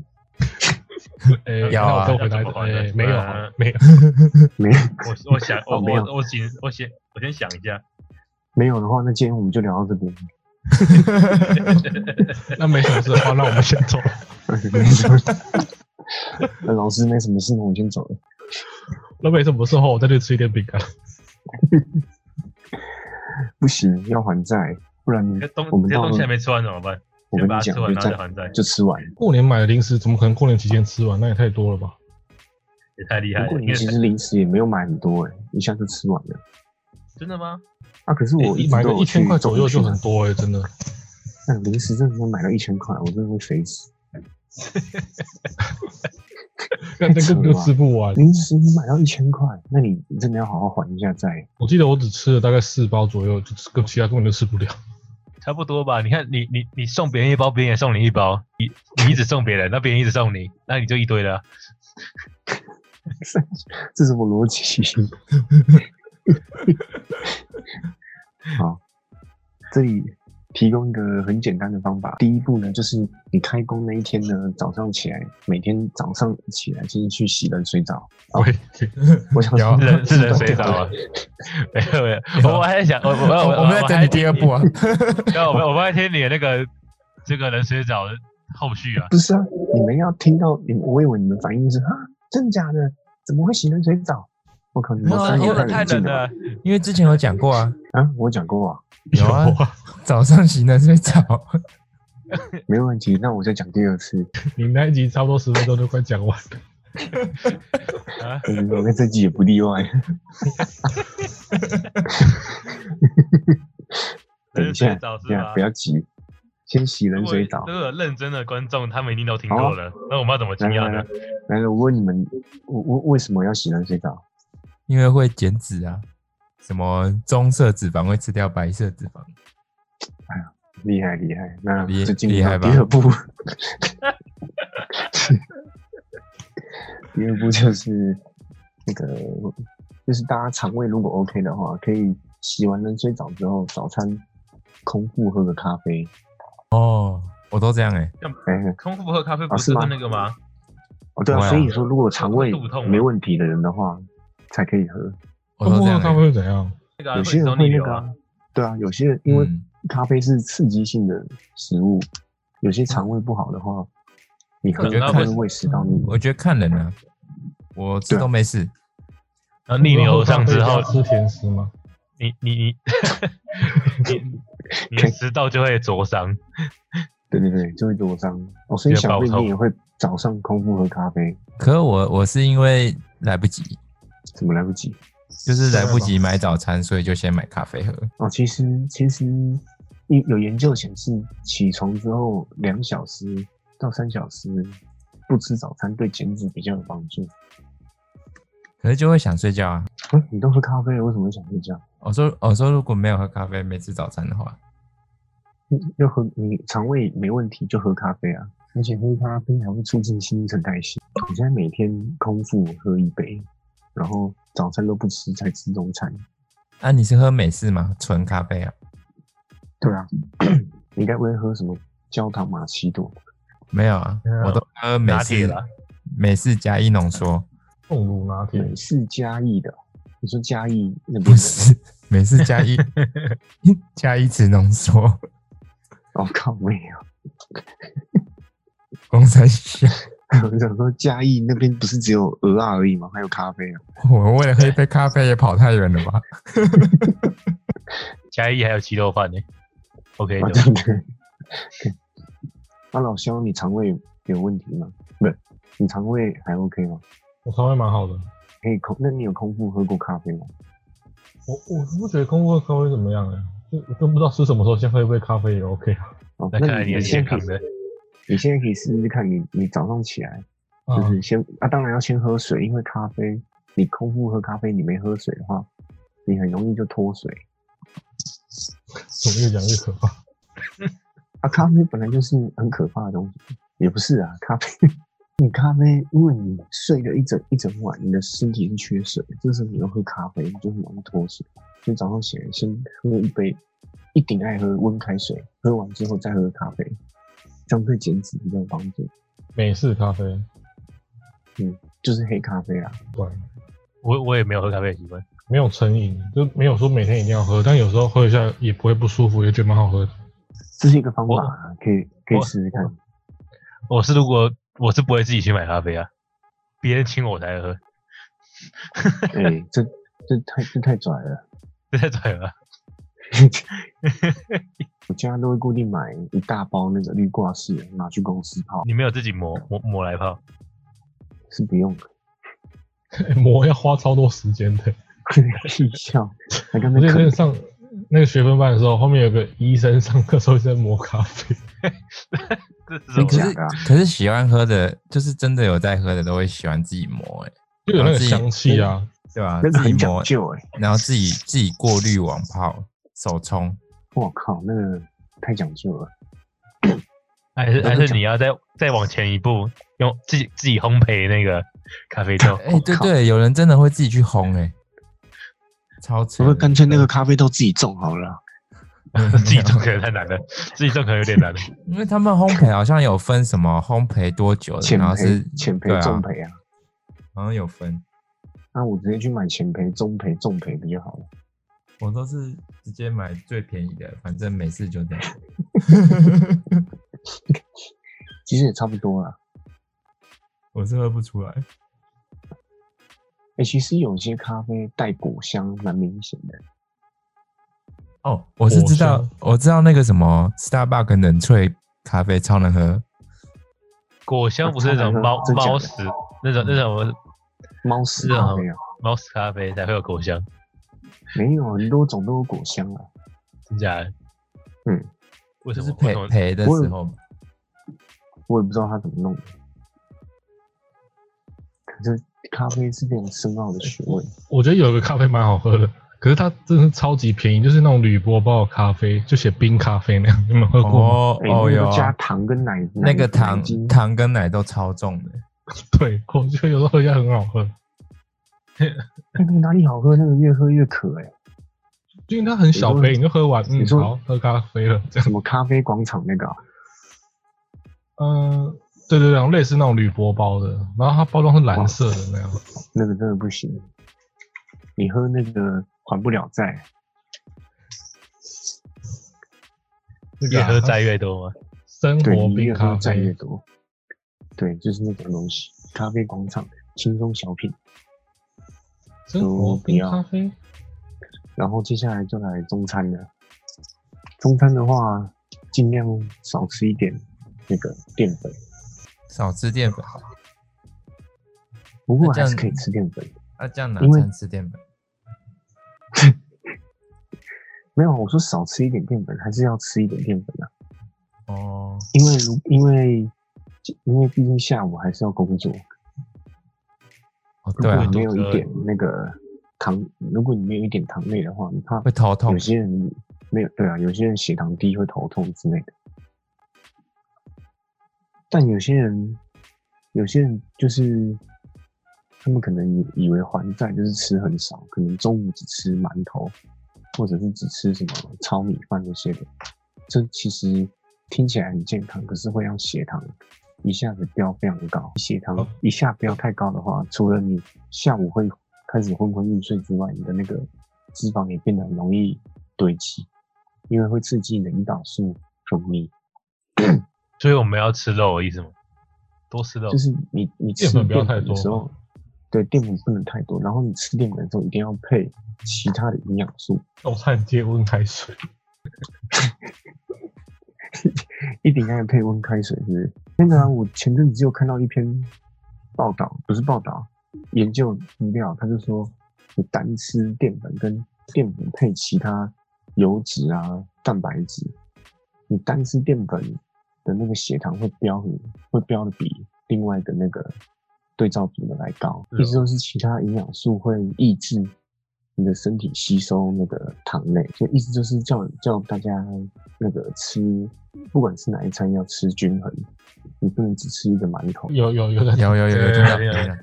Speaker 4: 哎，
Speaker 2: 有啊
Speaker 4: 那我再回答一
Speaker 3: 要怎么
Speaker 4: 下，
Speaker 3: 玩呢
Speaker 4: 哎，没有啊，没有，
Speaker 1: 没 有
Speaker 3: 我我想我
Speaker 1: 哦没有
Speaker 3: 我我先我先我先想一下，
Speaker 1: 没有的话，那今天我们就聊到这边。
Speaker 4: 那没什么事的话，那我们先走了。
Speaker 1: 那老师没什么事，那我先走了。
Speaker 4: 那没什么事的话，我再去吃一点饼干。
Speaker 1: 不行，要还债，不然
Speaker 3: 这东
Speaker 1: 我们
Speaker 3: 这些
Speaker 1: 到
Speaker 3: 东西还
Speaker 1: 了
Speaker 3: 没吃完怎么办？
Speaker 1: 我
Speaker 3: 先
Speaker 1: 跟
Speaker 3: 把
Speaker 1: 你
Speaker 3: 它
Speaker 1: 讲，就
Speaker 3: 吃完，然后再还债
Speaker 1: 在，就吃完。
Speaker 4: 过年买的零食怎么可能过年期间吃完？那也太多了吧？
Speaker 3: 也太厉害
Speaker 1: 不过
Speaker 3: 了！因
Speaker 1: 你
Speaker 3: 为
Speaker 1: 其实零食也没有买很多哎、一下就吃完了。
Speaker 3: 真的吗？
Speaker 1: 啊，可是我直
Speaker 4: 哎买
Speaker 1: 都
Speaker 4: 了
Speaker 1: 有
Speaker 4: 一千
Speaker 1: 去
Speaker 4: 块左右就
Speaker 1: 中午
Speaker 4: 很
Speaker 1: 去
Speaker 4: 多哎，真的。
Speaker 1: 买。但零食真的要买到一千块，我真的会肥死。
Speaker 4: 那那根本就吃不完。
Speaker 1: 零食你买到一千块，那你你真的要好好还一下债。
Speaker 4: 我记得我只吃了大概四包左右，就吃跟其他根本就吃不了。
Speaker 3: 差不多吧。你看，你你你送别人一包，别人也送你一包，你你一直送别人，那别人一直送你，那你就一堆了啊。
Speaker 1: 这是我逻辑。好，这里提供一个很简单的方法。第一步呢，就是你开工那一天呢，早上起来，每天早上起来先去洗冷水澡。
Speaker 4: 喂，
Speaker 1: 我想
Speaker 2: 有
Speaker 1: 说
Speaker 3: 冷是 冷水澡啊？ 没有没有，我还在 想，我我我
Speaker 2: 我们在等你第二步。啊。
Speaker 3: 那我们我们在听你的那个这个冷水澡的后续啊。
Speaker 1: 不是啊，你们要听到你们，我以为你们反应是啊，真的假的？怎么会洗冷水澡？我靠，你们
Speaker 2: 没有啊
Speaker 1: 三
Speaker 2: 因
Speaker 1: 个
Speaker 2: 为
Speaker 1: 太
Speaker 3: 太
Speaker 1: 冷静
Speaker 3: 冷了
Speaker 1: 了。
Speaker 2: 因为之前有讲过啊，
Speaker 1: 啊！我讲过啊，
Speaker 2: 有啊
Speaker 4: 有啊
Speaker 2: 早上洗冷水澡，
Speaker 1: 没问题。那我再讲第二次，
Speaker 4: 你那一集差不多十分钟就快讲完了，
Speaker 3: 啊，
Speaker 1: 嗯我跟这集也不例外。等一下，
Speaker 3: 冷水澡是
Speaker 1: 等一下
Speaker 3: 吧
Speaker 1: 不要急，先洗
Speaker 3: 啊如
Speaker 1: 冷
Speaker 3: 果
Speaker 1: 水澡。
Speaker 3: 如果有认真的观众，他们一定都听过了，那我们要怎么惊
Speaker 1: 来
Speaker 3: 讶
Speaker 1: 啊来
Speaker 3: 呢
Speaker 1: 来？，来来，我问你们，我我为什么要洗冷水澡？
Speaker 2: 因为会减脂啊，什么棕色脂肪会吃掉白色脂肪，
Speaker 1: 厉害厉害，那
Speaker 2: 厉
Speaker 1: 就进入
Speaker 2: 厉害
Speaker 1: 到
Speaker 2: 吧
Speaker 1: 第二步。 第二步就是那个，就是大家肠胃如果 OK 的话，可以洗完冷水澡之后，早餐空腹喝个咖啡。
Speaker 2: 哦，我都这样哎、
Speaker 1: 哎、
Speaker 3: 空腹喝咖啡不
Speaker 1: 啊是
Speaker 3: 是
Speaker 1: 吗
Speaker 3: 那个吗？
Speaker 1: 哦对啊，
Speaker 2: 对啊
Speaker 1: 所以说如果肠胃
Speaker 3: 肚痛吗啊
Speaker 1: 没问题的人的话，才可以喝。
Speaker 2: 我都这样、
Speaker 4: 他
Speaker 2: 欸。
Speaker 4: 会怎样？
Speaker 3: 那个啊
Speaker 1: 有
Speaker 3: 会
Speaker 1: 些
Speaker 3: 走
Speaker 1: 人
Speaker 3: 逆
Speaker 1: 会那
Speaker 3: 流
Speaker 1: 个啊、
Speaker 3: 啊，
Speaker 1: 对啊，有些人因为
Speaker 2: 嗯
Speaker 1: 咖啡是刺激性的食物，有
Speaker 2: 嗯
Speaker 1: 些肠胃不好的话，你喝
Speaker 3: 我觉得
Speaker 1: 它
Speaker 3: 会
Speaker 1: 会喂食道逆流。
Speaker 2: 我觉得看人啊，我吃
Speaker 1: 对啊
Speaker 2: 都没事。
Speaker 3: 然后啊逆流上之后
Speaker 4: 你，说喝咖啡加吃甜食吗？
Speaker 3: 你你你 你你的食道就会灼伤，
Speaker 1: 对对对，就会灼伤。哦，所以
Speaker 3: 就
Speaker 1: 小
Speaker 3: 爆
Speaker 1: 妹
Speaker 3: 痛
Speaker 1: 你也会早上空腹喝咖啡，
Speaker 2: 可我我是因为来不及，
Speaker 1: 怎么来不及？
Speaker 2: 就是来不及买早餐，所以就先买咖啡喝。
Speaker 1: 哦，其实其实有有研究显示，起床之后两小时到三小时不吃早餐对减脂比较有帮助。
Speaker 2: 可是就会想睡觉啊。
Speaker 1: 嗯，你都喝咖啡了，为什么会想睡觉？
Speaker 2: 我说我说如果没有喝咖啡，没吃早餐的话，
Speaker 1: 嗯要喝你肠胃没问题就喝咖啡啊，而且喝咖啡还会促进新陈代谢。你现在每天空腹喝一杯，然后早餐都不吃，才吃中餐。
Speaker 2: 啊你是喝美式吗？纯咖啡啊？
Speaker 1: 对啊， 你该不会喝什么焦糖玛奇朵？
Speaker 2: 没有啊，
Speaker 4: 没有
Speaker 2: 我都喝美
Speaker 3: 拿铁
Speaker 2: 式
Speaker 3: 啦。
Speaker 2: 美式加一浓缩，
Speaker 4: 凤乳拿
Speaker 3: 嗯
Speaker 4: 铁
Speaker 1: 美式嘉义的，你说嘉义那边
Speaker 2: 不
Speaker 1: 的
Speaker 2: 是美式加 一加一匙浓缩，
Speaker 1: 哦，靠，没有，
Speaker 2: 工程学。
Speaker 1: 我想说嘉义那边不是只有鹅啊而已吗？还有咖啡啊，
Speaker 2: 我为了喝一杯咖啡也跑太远了吧？
Speaker 3: 嘉义还有鸡肉饭呢、OK
Speaker 1: 啊
Speaker 3: 的，
Speaker 1: 对对。 啊，老肖，你肠胃有问题吗？不是，你肠胃还 OK 吗？
Speaker 4: 我肠胃蛮好的。
Speaker 1: 可以空，那你有空腹喝过咖啡吗？
Speaker 4: 我我不觉得空腹喝咖啡怎么样哎、就我都不知道吃什么时候先喝一杯咖啡也 OK 啊。
Speaker 1: 哦，
Speaker 3: 那看来
Speaker 1: 你
Speaker 3: 你是
Speaker 1: 现
Speaker 3: 健
Speaker 1: 在可以
Speaker 3: 康的，
Speaker 1: 你现在可以试试看你，你早上起来
Speaker 4: 啊
Speaker 1: 就，是先啊，当然要先喝水，因为咖啡你空腹喝咖啡，你没喝水的话，你很容易就脱水。
Speaker 4: 怎么越讲越可怕？
Speaker 1: 啊，咖啡本来就是很可怕的东西，也不是啊，咖啡， 你咖啡，因为你睡了一整一整晚，你的身体是缺水，这时候你又喝咖啡，你就很容易脱水。所以早上起来先喝一杯，一定爱喝温开水，喝完之后再喝咖啡，这样对减脂比较有帮助。
Speaker 4: 美式咖啡，
Speaker 1: 就是黑咖啡啊，
Speaker 4: 对，
Speaker 3: 我我也没有喝咖啡的习惯，
Speaker 4: 没有成瘾，就没有说每天一定要喝，但有时候喝一下也不会不舒服，也觉得蛮好喝的。
Speaker 1: 这是一个方法、啊，可以可以试试看。
Speaker 3: 我是如果我是不会自己去买咖啡啊，别人请我才喝，
Speaker 1: 哎、这这太这太拽了。
Speaker 3: 这啊太拽了。
Speaker 1: 我家都会固定买一大包那个绿挂式的，拿去公司泡
Speaker 3: 你没有自己磨磨磨来泡，
Speaker 1: 是不用的。
Speaker 4: 磨要花超多时间的。
Speaker 1: 气笑，还刚
Speaker 4: 我
Speaker 1: 才
Speaker 4: 记得那
Speaker 1: 啃
Speaker 4: 个上那个学分班的时候，后面有个医生上课的时候一直在磨咖啡，
Speaker 3: 这是什
Speaker 2: 可
Speaker 3: 么
Speaker 1: 真假
Speaker 2: 是
Speaker 1: 的啊
Speaker 2: 可是喜欢喝的，就是真的有在喝的，都会喜欢自己磨、欸，
Speaker 4: 就有那个香气啊。
Speaker 2: 对吧、
Speaker 1: 那个
Speaker 2: 自己
Speaker 1: 很讲
Speaker 2: 磨，
Speaker 1: 究哎、
Speaker 2: 然后自己自己过滤网泡，手冲。，
Speaker 1: 我靠，那个太讲究了。
Speaker 3: 还是还是你要再再往前一步，用自己自己烘焙那个咖啡 豆
Speaker 2: 哎、对对，有人真的会自己去烘、欸，哎，超扯
Speaker 1: 我
Speaker 2: 的。
Speaker 1: 们干脆那个咖啡豆自己种好了。
Speaker 3: 自己种可能太难了，自己种可能有点难。
Speaker 2: 因为他们烘焙好像有分什么烘焙多久的，
Speaker 1: 浅
Speaker 2: 然后是
Speaker 1: 培、浅培
Speaker 2: 对、啊、
Speaker 1: 重培啊，
Speaker 2: 好像有分。
Speaker 1: 那我直接去买浅培、中培、重培比较好了。
Speaker 2: 我都是直接买最便宜的，反正每次就这样。
Speaker 1: 其实也差不多啦。
Speaker 2: 我是喝不出来，
Speaker 1: 哎、其实有些咖啡带果香蛮明显的。
Speaker 2: 哦，我是知道
Speaker 4: 果香，
Speaker 2: 我知道那个什么 Starbucks 冷萃咖啡超能喝，
Speaker 3: 果香不是那种
Speaker 1: 真的
Speaker 3: 猫
Speaker 1: 真假的
Speaker 3: 猫屎那种那种
Speaker 1: 猫屎
Speaker 3: 是啊
Speaker 1: 咖啡啊，
Speaker 3: 猫屎咖啡才会有果香，
Speaker 1: 没有很多种都有果香啊。
Speaker 3: 真假的？
Speaker 1: 嗯，
Speaker 3: 为什
Speaker 2: 就是
Speaker 3: 么？
Speaker 2: 陪
Speaker 3: 为什么？
Speaker 2: 陪的时候嘛，
Speaker 1: 我也不知道他怎么弄的。可是咖啡是非常深奥的学问，
Speaker 4: 我觉得有一个咖啡蛮好喝的，可是它真的是超级便宜，就是那种铝箔包的咖啡，就写冰咖啡那样，你们喝过吗？
Speaker 2: 哦
Speaker 1: 哎
Speaker 2: 哦
Speaker 1: 那个
Speaker 2: 有
Speaker 1: 加
Speaker 2: 啊
Speaker 1: 糖跟奶，
Speaker 2: 那
Speaker 1: 奶
Speaker 2: 个糖
Speaker 1: 奶精
Speaker 2: 糖跟奶都超重的，
Speaker 4: 对，我觉得有时候喝起来很好喝，
Speaker 1: 哎那个哪里好喝？那个越喝越渴哎、
Speaker 4: 因为它很小杯，
Speaker 1: 你说
Speaker 4: 你就喝完，嗯
Speaker 1: 你，说
Speaker 4: 好，喝咖啡了这样。
Speaker 1: 什么咖啡广场那个、啊，
Speaker 4: 嗯，对对对，然后类似那种铝箔包的，然后它包装是蓝色的那样。
Speaker 1: 那个真的不行。你喝那个还不了债，
Speaker 3: 越喝债越多吗？
Speaker 4: 生
Speaker 1: 对，
Speaker 4: 活
Speaker 1: 你
Speaker 4: 冰
Speaker 1: 越
Speaker 4: 咖
Speaker 1: 喝债越
Speaker 4: 啡，
Speaker 1: 多。对，就是那种东西，咖啡广场轻松小品。
Speaker 4: 生活冰咖啡，
Speaker 1: 然后接下来就来中餐了。中餐的话，尽量少吃一点那个淀粉，
Speaker 2: 少吃淀粉。
Speaker 1: 不过
Speaker 2: 那这
Speaker 1: 还
Speaker 2: 样
Speaker 1: 是可以吃淀粉。
Speaker 2: 那这样哪
Speaker 1: 因为
Speaker 2: 餐吃淀粉？
Speaker 1: 没有，我说少吃一点淀粉，还是要吃一点淀粉啊。
Speaker 2: 哦，
Speaker 1: 因为如因为因为毕竟下午还是要工作，
Speaker 2: 哦
Speaker 1: 如
Speaker 2: 对
Speaker 1: 果
Speaker 2: 啊
Speaker 1: 你，没有
Speaker 3: 肚子
Speaker 1: 一
Speaker 3: 饿
Speaker 1: 点那个糖，如果你没有一点糖类的话，你怕
Speaker 2: 会头痛
Speaker 1: 有。些人没有对啊，有些人血糖低会头痛之类的，但有些人有些人就是他们可能以以为还债就是吃很少，可能中午只吃馒头，或者是只吃什么糙米饭这些的，这其实听起来很健康，可是会让血糖。一下子飙非常高，血糖一下飙太高的话，除了你下午会开始昏昏欲睡之外，你的那个脂肪也变得很容易堆积，因为会刺激你的胰岛素分泌。
Speaker 3: 所以我们要吃肉的意思吗？多吃肉
Speaker 1: 就，是你你吃
Speaker 4: 哦淀粉不要
Speaker 1: 淀
Speaker 4: 太
Speaker 1: 粉的
Speaker 4: 多
Speaker 1: 时候，对淀粉不能太多，然后你吃淀粉的时候一定要配其他的营养素，
Speaker 4: 中餐街温开水，
Speaker 1: 一定要配温开水，是不是？那个啊，我前阵子就看到一篇报道，不是报道，研究资料，他就说你单吃淀粉跟淀粉配其他油脂啊、蛋白质，你单吃淀粉的那个血糖会飙很，会飙的比另外的那个对照组的来高，
Speaker 3: 是哦
Speaker 1: 意思就是其他营养素会抑制你的身体吸收那个糖类，所以意思就是叫叫大家那个吃，不管吃哪一餐要吃均衡，你不能只吃一个馒头。
Speaker 4: 有有有的。
Speaker 2: 有有有有
Speaker 3: 对
Speaker 2: 听到
Speaker 3: 对
Speaker 2: 听
Speaker 3: 对
Speaker 2: 到，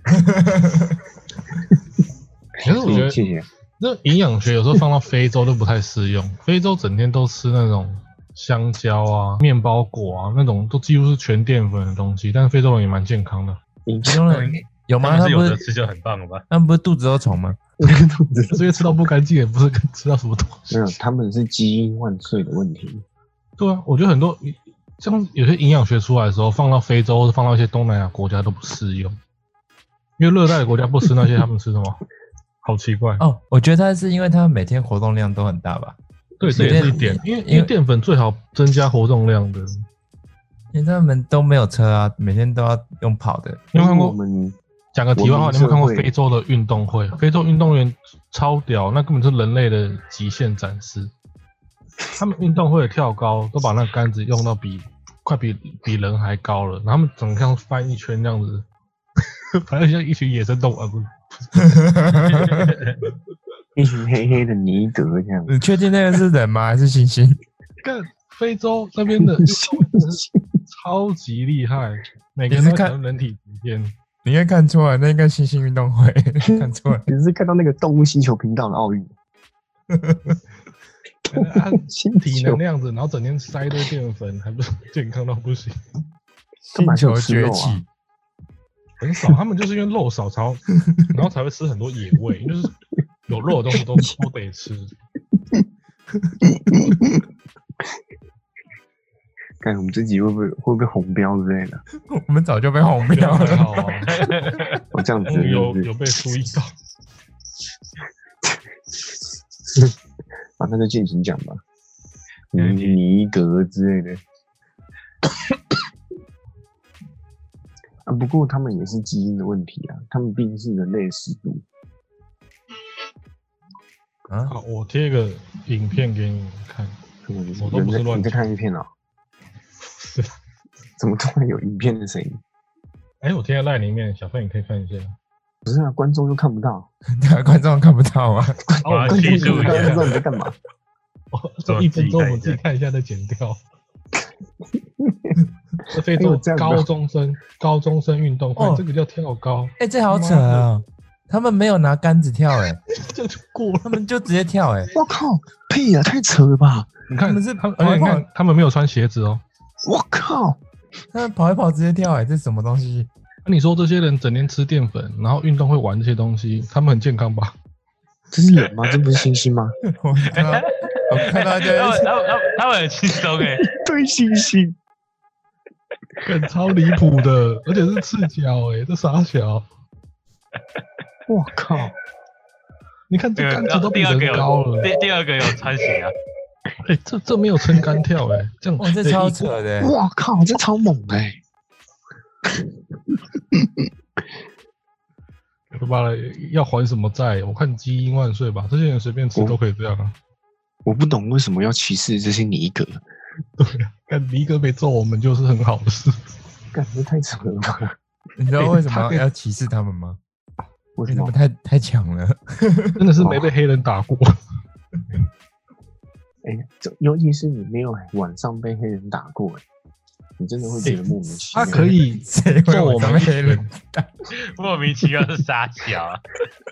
Speaker 4: 可是我觉得
Speaker 1: 谢谢。
Speaker 4: 那营养学有时候放到非洲都不太适用，非洲整天都吃那种香蕉啊、面包果啊那种，都几乎是全淀粉的东西。但是非洲人也蛮健康的，
Speaker 1: 你
Speaker 2: 其中人有
Speaker 3: 他
Speaker 2: 吗？
Speaker 3: 们
Speaker 2: 他
Speaker 3: 是有
Speaker 2: 不
Speaker 3: 的
Speaker 2: 是
Speaker 3: 吃就很棒了吧？
Speaker 2: 他们不是肚子都虫吗？
Speaker 4: 可是因为吃到不干净，也不是 吃到什么东西。
Speaker 1: 没有，他们是基因万岁的问题。
Speaker 4: 对啊，我觉得很多像有些营养学出来的时候，放到非洲、放到一些东南亚国家都不适用，因为热带的国家不吃那些，他们吃什么？好奇怪。
Speaker 2: 哦，我觉得他是因为他每天活动量都很大吧，
Speaker 4: 对，这也是一点，因为因为淀粉最好增加活动量的。
Speaker 2: 因为他们都没有车啊，每天都要用跑的。
Speaker 4: 你有没有看
Speaker 1: 我
Speaker 4: 过？
Speaker 1: 们
Speaker 4: 讲个题外话，
Speaker 1: 文
Speaker 4: 你
Speaker 1: 明
Speaker 4: 有没有看过
Speaker 1: 社会
Speaker 4: 非洲的运动会？非洲运动员超屌，那根本是人类的极限展示。他们运动会的跳高都把那个杆子用到比快比比人还高了，然后他们整个像翻一圈这样子，反正像一群野生动物啊，不是
Speaker 1: 一群黑黑的尼德这样，
Speaker 4: 嗯
Speaker 2: 你确定那个是 人吗？还是猩猩？
Speaker 4: 干非洲那边的运动员真的是超级厉害，每个人
Speaker 2: 你是
Speaker 4: 都
Speaker 2: 看
Speaker 4: 看人体极 限。
Speaker 2: 你应该看错了，那应该猩猩运动会看错了。
Speaker 1: 只是看到那个动物星球频道的奥运，
Speaker 4: 可能他
Speaker 1: 星
Speaker 4: 体
Speaker 1: 球
Speaker 4: 能那样子，然后整天塞一堆淀粉，还不是健康到不行。
Speaker 1: 干嘛
Speaker 2: 星球
Speaker 1: 想吃
Speaker 2: 崛
Speaker 1: 肉啊
Speaker 2: 起，
Speaker 4: 很少，他们就是因为肉少， 然后然后才会吃很多野味，就是有肉的东西 都都得吃。
Speaker 1: 看我们自己会不会会不会红标之类的？
Speaker 2: 我们早就被红
Speaker 4: 这
Speaker 2: 标
Speaker 4: 样还
Speaker 2: 了。
Speaker 4: 好啊，
Speaker 1: 哦，这样子是
Speaker 4: 嗯有
Speaker 1: 不是
Speaker 4: 有被注意到。
Speaker 1: 啊，那就进行讲吧。嗯
Speaker 3: 没问题
Speaker 1: 尼德之类的，啊，不过他们也是基因的问题啊，他们毕竟是人类的始祖。
Speaker 2: 啊，
Speaker 4: 好，我贴一个影片给你们看。
Speaker 1: 嗯
Speaker 4: 我都不
Speaker 1: 人
Speaker 4: 是
Speaker 1: 类
Speaker 4: 乱
Speaker 1: 你在
Speaker 4: 讲
Speaker 1: 看 A 片哦？ 怎么突然有影片的声音？
Speaker 4: 哎、我贴在赖里面，小飞你可以 看一下。
Speaker 1: 不是啊，观众又看不到，
Speaker 2: 对啊，观众看不到啊。
Speaker 3: 我要
Speaker 1: 观众
Speaker 3: 记
Speaker 1: 又看不
Speaker 3: 住
Speaker 1: 到，不知
Speaker 3: 一下
Speaker 1: 道你在干嘛。
Speaker 4: 哦，
Speaker 3: 这
Speaker 4: 这
Speaker 3: 我
Speaker 4: 一分钟
Speaker 3: 自己看一下
Speaker 4: 我们自己看一下再 剪掉。这非
Speaker 1: 哎
Speaker 4: 洲
Speaker 1: 呦这样子啊
Speaker 4: 高中生高中生运动会，
Speaker 2: 哦
Speaker 4: 这个叫跳高，
Speaker 2: 哎、这好扯啊！他们没有拿杆子跳、哎，
Speaker 4: 这就过了。
Speaker 2: 他们就直接跳、哎，
Speaker 1: 我靠，屁啊，太扯了吧！
Speaker 4: 你看
Speaker 2: 他们是
Speaker 4: 他们，而且你看他们没有穿鞋子哦。
Speaker 1: 我靠，
Speaker 2: 他们跑一跑直接跳、哎，这是什么东西？
Speaker 4: 那你说这些人整天吃淀粉，然后运动会玩这些东西，他们很健康吧？
Speaker 1: 这是人吗？这不是星星吗？
Speaker 2: 我看到，我 看到就
Speaker 3: 他们他们他们他们很轻松哎，
Speaker 1: 对，星星。
Speaker 4: 很超离谱的，而且是赤脚哎、这傻小。
Speaker 1: 我靠，
Speaker 4: 你看这
Speaker 3: 对
Speaker 4: 杆子都比
Speaker 3: 第二
Speaker 4: 人
Speaker 3: 个
Speaker 4: 高
Speaker 3: 有
Speaker 4: 了，
Speaker 3: 第第二个有穿鞋啊，
Speaker 4: 哎、这这没有撑杆跳哎、这样
Speaker 2: 哇，这超扯的、哎
Speaker 1: 我靠，这超猛哎、
Speaker 4: 对吧？要还什么债？我看基因万岁吧，这些人随便吃都可以这样啊。
Speaker 1: 我不懂为什么要歧视这些尼格，
Speaker 4: 看尼哥被揍我们就是很好的事，
Speaker 1: 感觉太扯了吧？
Speaker 2: 你知道为什么要歧视他们吗？
Speaker 1: 为什
Speaker 2: 因为他
Speaker 1: 么
Speaker 2: 们？太太强了。
Speaker 4: 真的是没被黑人打过。
Speaker 1: 哎、这尤其是你没有晚上被黑人打过、欸，你真的会觉得莫名其妙。
Speaker 4: 哎他可以
Speaker 2: 谁会
Speaker 4: 揍我
Speaker 2: 我
Speaker 4: 们
Speaker 2: 们黑人？
Speaker 3: 莫名其妙是傻小啊，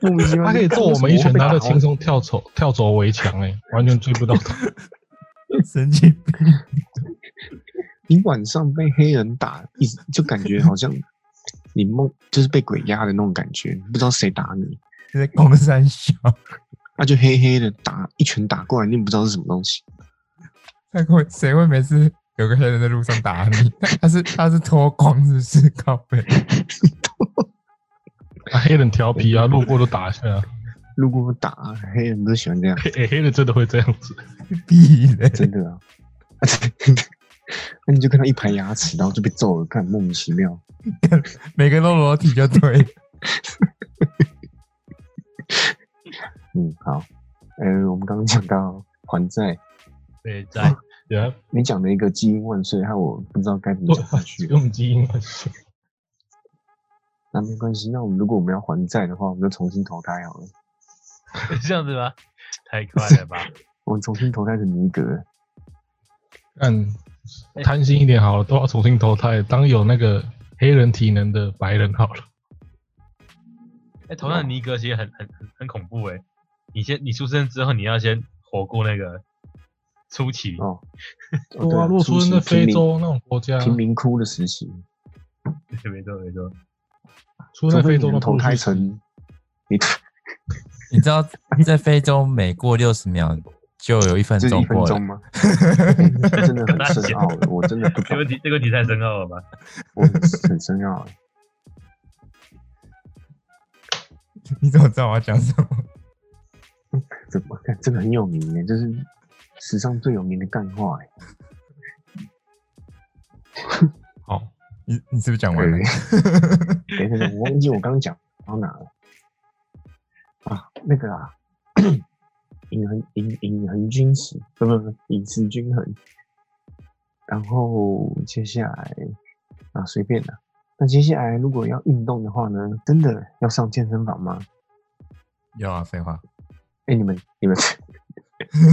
Speaker 1: 莫名其妙，
Speaker 4: 他可以揍我们一拳，他就
Speaker 1: 的
Speaker 4: 轻。松跳走跳走围墙，哎，完全追不到他。
Speaker 2: 神经病！
Speaker 1: 你晚上被黑人打，一直就感觉好像你梦就是被鬼压的那种感觉，不知道谁打你，
Speaker 2: 你在攻山小，
Speaker 1: 他就黑黑的打一拳打过来，你也不知道是什么东西。
Speaker 2: 他会谁会每次有个黑人在路上打你？ 他是他是脱光是不是？靠背，
Speaker 4: 啊 黑人调皮啊，路过都打一 下啊。
Speaker 1: 如果我打啊黑人，不是喜欢这样，
Speaker 4: 嘿欸黑人真的会这样子，
Speaker 2: 屁嘞！
Speaker 1: 真的啊。 那你就看到一排牙齿，然后就被揍了，看莫名其妙。
Speaker 2: 每个都裸体就对。
Speaker 1: 嗯，好，呃，我们刚刚讲到还债，
Speaker 3: 对，在
Speaker 4: 对啊，
Speaker 1: 你讲的一个基因万岁，害我不知道该怎么
Speaker 4: 对
Speaker 1: 讲
Speaker 4: 啊
Speaker 1: 下去。
Speaker 4: 用基因来说，
Speaker 1: 那没关系，那我们如果我们要还债的话，我们就重新投胎好了。
Speaker 3: 这样子吗？太快了吧！
Speaker 1: 我们重新投胎成尼格，
Speaker 4: 但贪心一点好了，都要重新投胎，当有那个黑人体能的白人好了。
Speaker 3: 哎、头上的尼哥其实很很很很恐怖哎、你先你出生之后，你要先活过那个初期，
Speaker 1: 哦，哦
Speaker 4: 对啊，如果出生在非洲那种国家，
Speaker 1: 贫民窟的时期，
Speaker 3: 没错没错，
Speaker 4: 出生在非
Speaker 1: 除
Speaker 4: 洲
Speaker 1: 非
Speaker 4: 都
Speaker 1: 你投
Speaker 4: 不
Speaker 1: 胎
Speaker 4: 如去
Speaker 1: 成你
Speaker 2: 你知道在非洲每过六十秒就有一分
Speaker 1: 这是
Speaker 2: 钟
Speaker 1: 一分
Speaker 2: 过
Speaker 1: 钟
Speaker 2: 了，
Speaker 1: 吗？真的很深奥了，我真的不
Speaker 3: 这
Speaker 1: 懂
Speaker 3: 个，问题这个问题太深奥了吧？
Speaker 1: 我很深奥了。
Speaker 2: 你怎么知道我要讲什么？
Speaker 1: 怎么看？这个很有名耶，就是史上最有名的干话耶。
Speaker 4: 好，
Speaker 2: 你你是不 是讲完了？
Speaker 1: 等一下，等一下我忘记我刚刚讲到哪了啊？那个啊，饮衡饮饮衡均食，不不不，饮食均衡。然后接下来啊，随便啦。那接下来如果要运动的话呢，真的要上健身房吗？
Speaker 2: 有啊，废话，
Speaker 1: 哎、你们你们，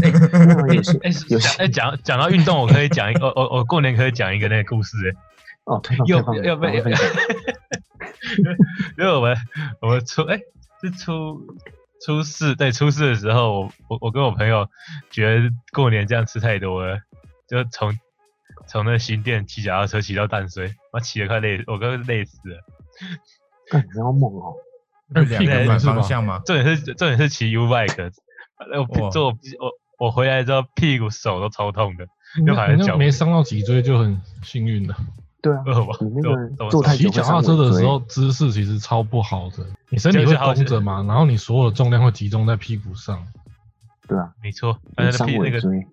Speaker 3: 哎
Speaker 1: 那有些
Speaker 3: 哎
Speaker 1: 有
Speaker 3: 是
Speaker 1: 些
Speaker 3: 讲哎讲讲到运动，我可以讲一个，我我我过年可以讲一个那个故事哎、
Speaker 1: 哦，太棒
Speaker 3: 又
Speaker 1: 太棒了，
Speaker 3: 又
Speaker 1: 赶
Speaker 3: 被
Speaker 1: 快分享。
Speaker 3: 因为我们我们初哎、是初初四对初四的时候，我我我跟我朋友觉得过年这样吃太多了，就从从那新店骑脚踏车骑到淡水，我骑得快累，我快累死了。
Speaker 1: 干，你好猛哦！
Speaker 2: 不是两个
Speaker 4: 屁股
Speaker 2: 反
Speaker 4: 是吗
Speaker 2: 方向吗？
Speaker 3: 重点是重点是骑 U bike，呃我屁
Speaker 2: 哇
Speaker 3: 坐我屁我我回来之后屁股手都超痛的，又
Speaker 4: 那
Speaker 3: 还
Speaker 4: 那
Speaker 3: 脚
Speaker 4: 没伤到脊椎就很幸运了。
Speaker 1: 对啊，
Speaker 3: 饿吧？
Speaker 1: 你那
Speaker 3: 都
Speaker 1: 个
Speaker 3: 都
Speaker 1: 坐太
Speaker 4: 骑
Speaker 1: 久会
Speaker 4: 脚踏
Speaker 1: 伤
Speaker 4: 车的
Speaker 1: 尾
Speaker 4: 时
Speaker 1: 椎
Speaker 4: 候姿势其实超不好的，你身体会弓着嘛，然后你所有的重量会集中在屁股上。
Speaker 1: 对啊，
Speaker 3: 没错，但
Speaker 1: 有
Speaker 3: 是
Speaker 1: 伤
Speaker 3: 屁那
Speaker 1: 尾
Speaker 3: 个
Speaker 1: 椎。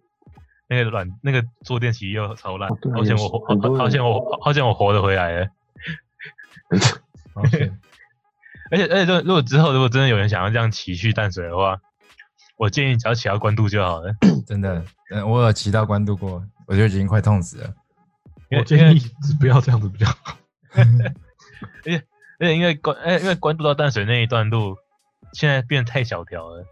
Speaker 3: 那个软那个坐垫骑又超烂
Speaker 1: 哦对，啊
Speaker 3: 好险
Speaker 1: 有
Speaker 3: 我
Speaker 1: 很多
Speaker 3: 活，
Speaker 1: 人
Speaker 3: 好险我好险我活得回来了。
Speaker 4: 好险
Speaker 3: 而且而且，如如果之后如果真的有人想要这样骑去淡水的话，我建议只要骑到关渡 就好了。
Speaker 2: 真的，嗯，我有骑到关渡过，我就已经快痛死了。
Speaker 3: 因为
Speaker 4: 我建议不要这样子比较好。
Speaker 3: 而且因为关，哎，因为关渡到淡水那一段路，现在变太小条了。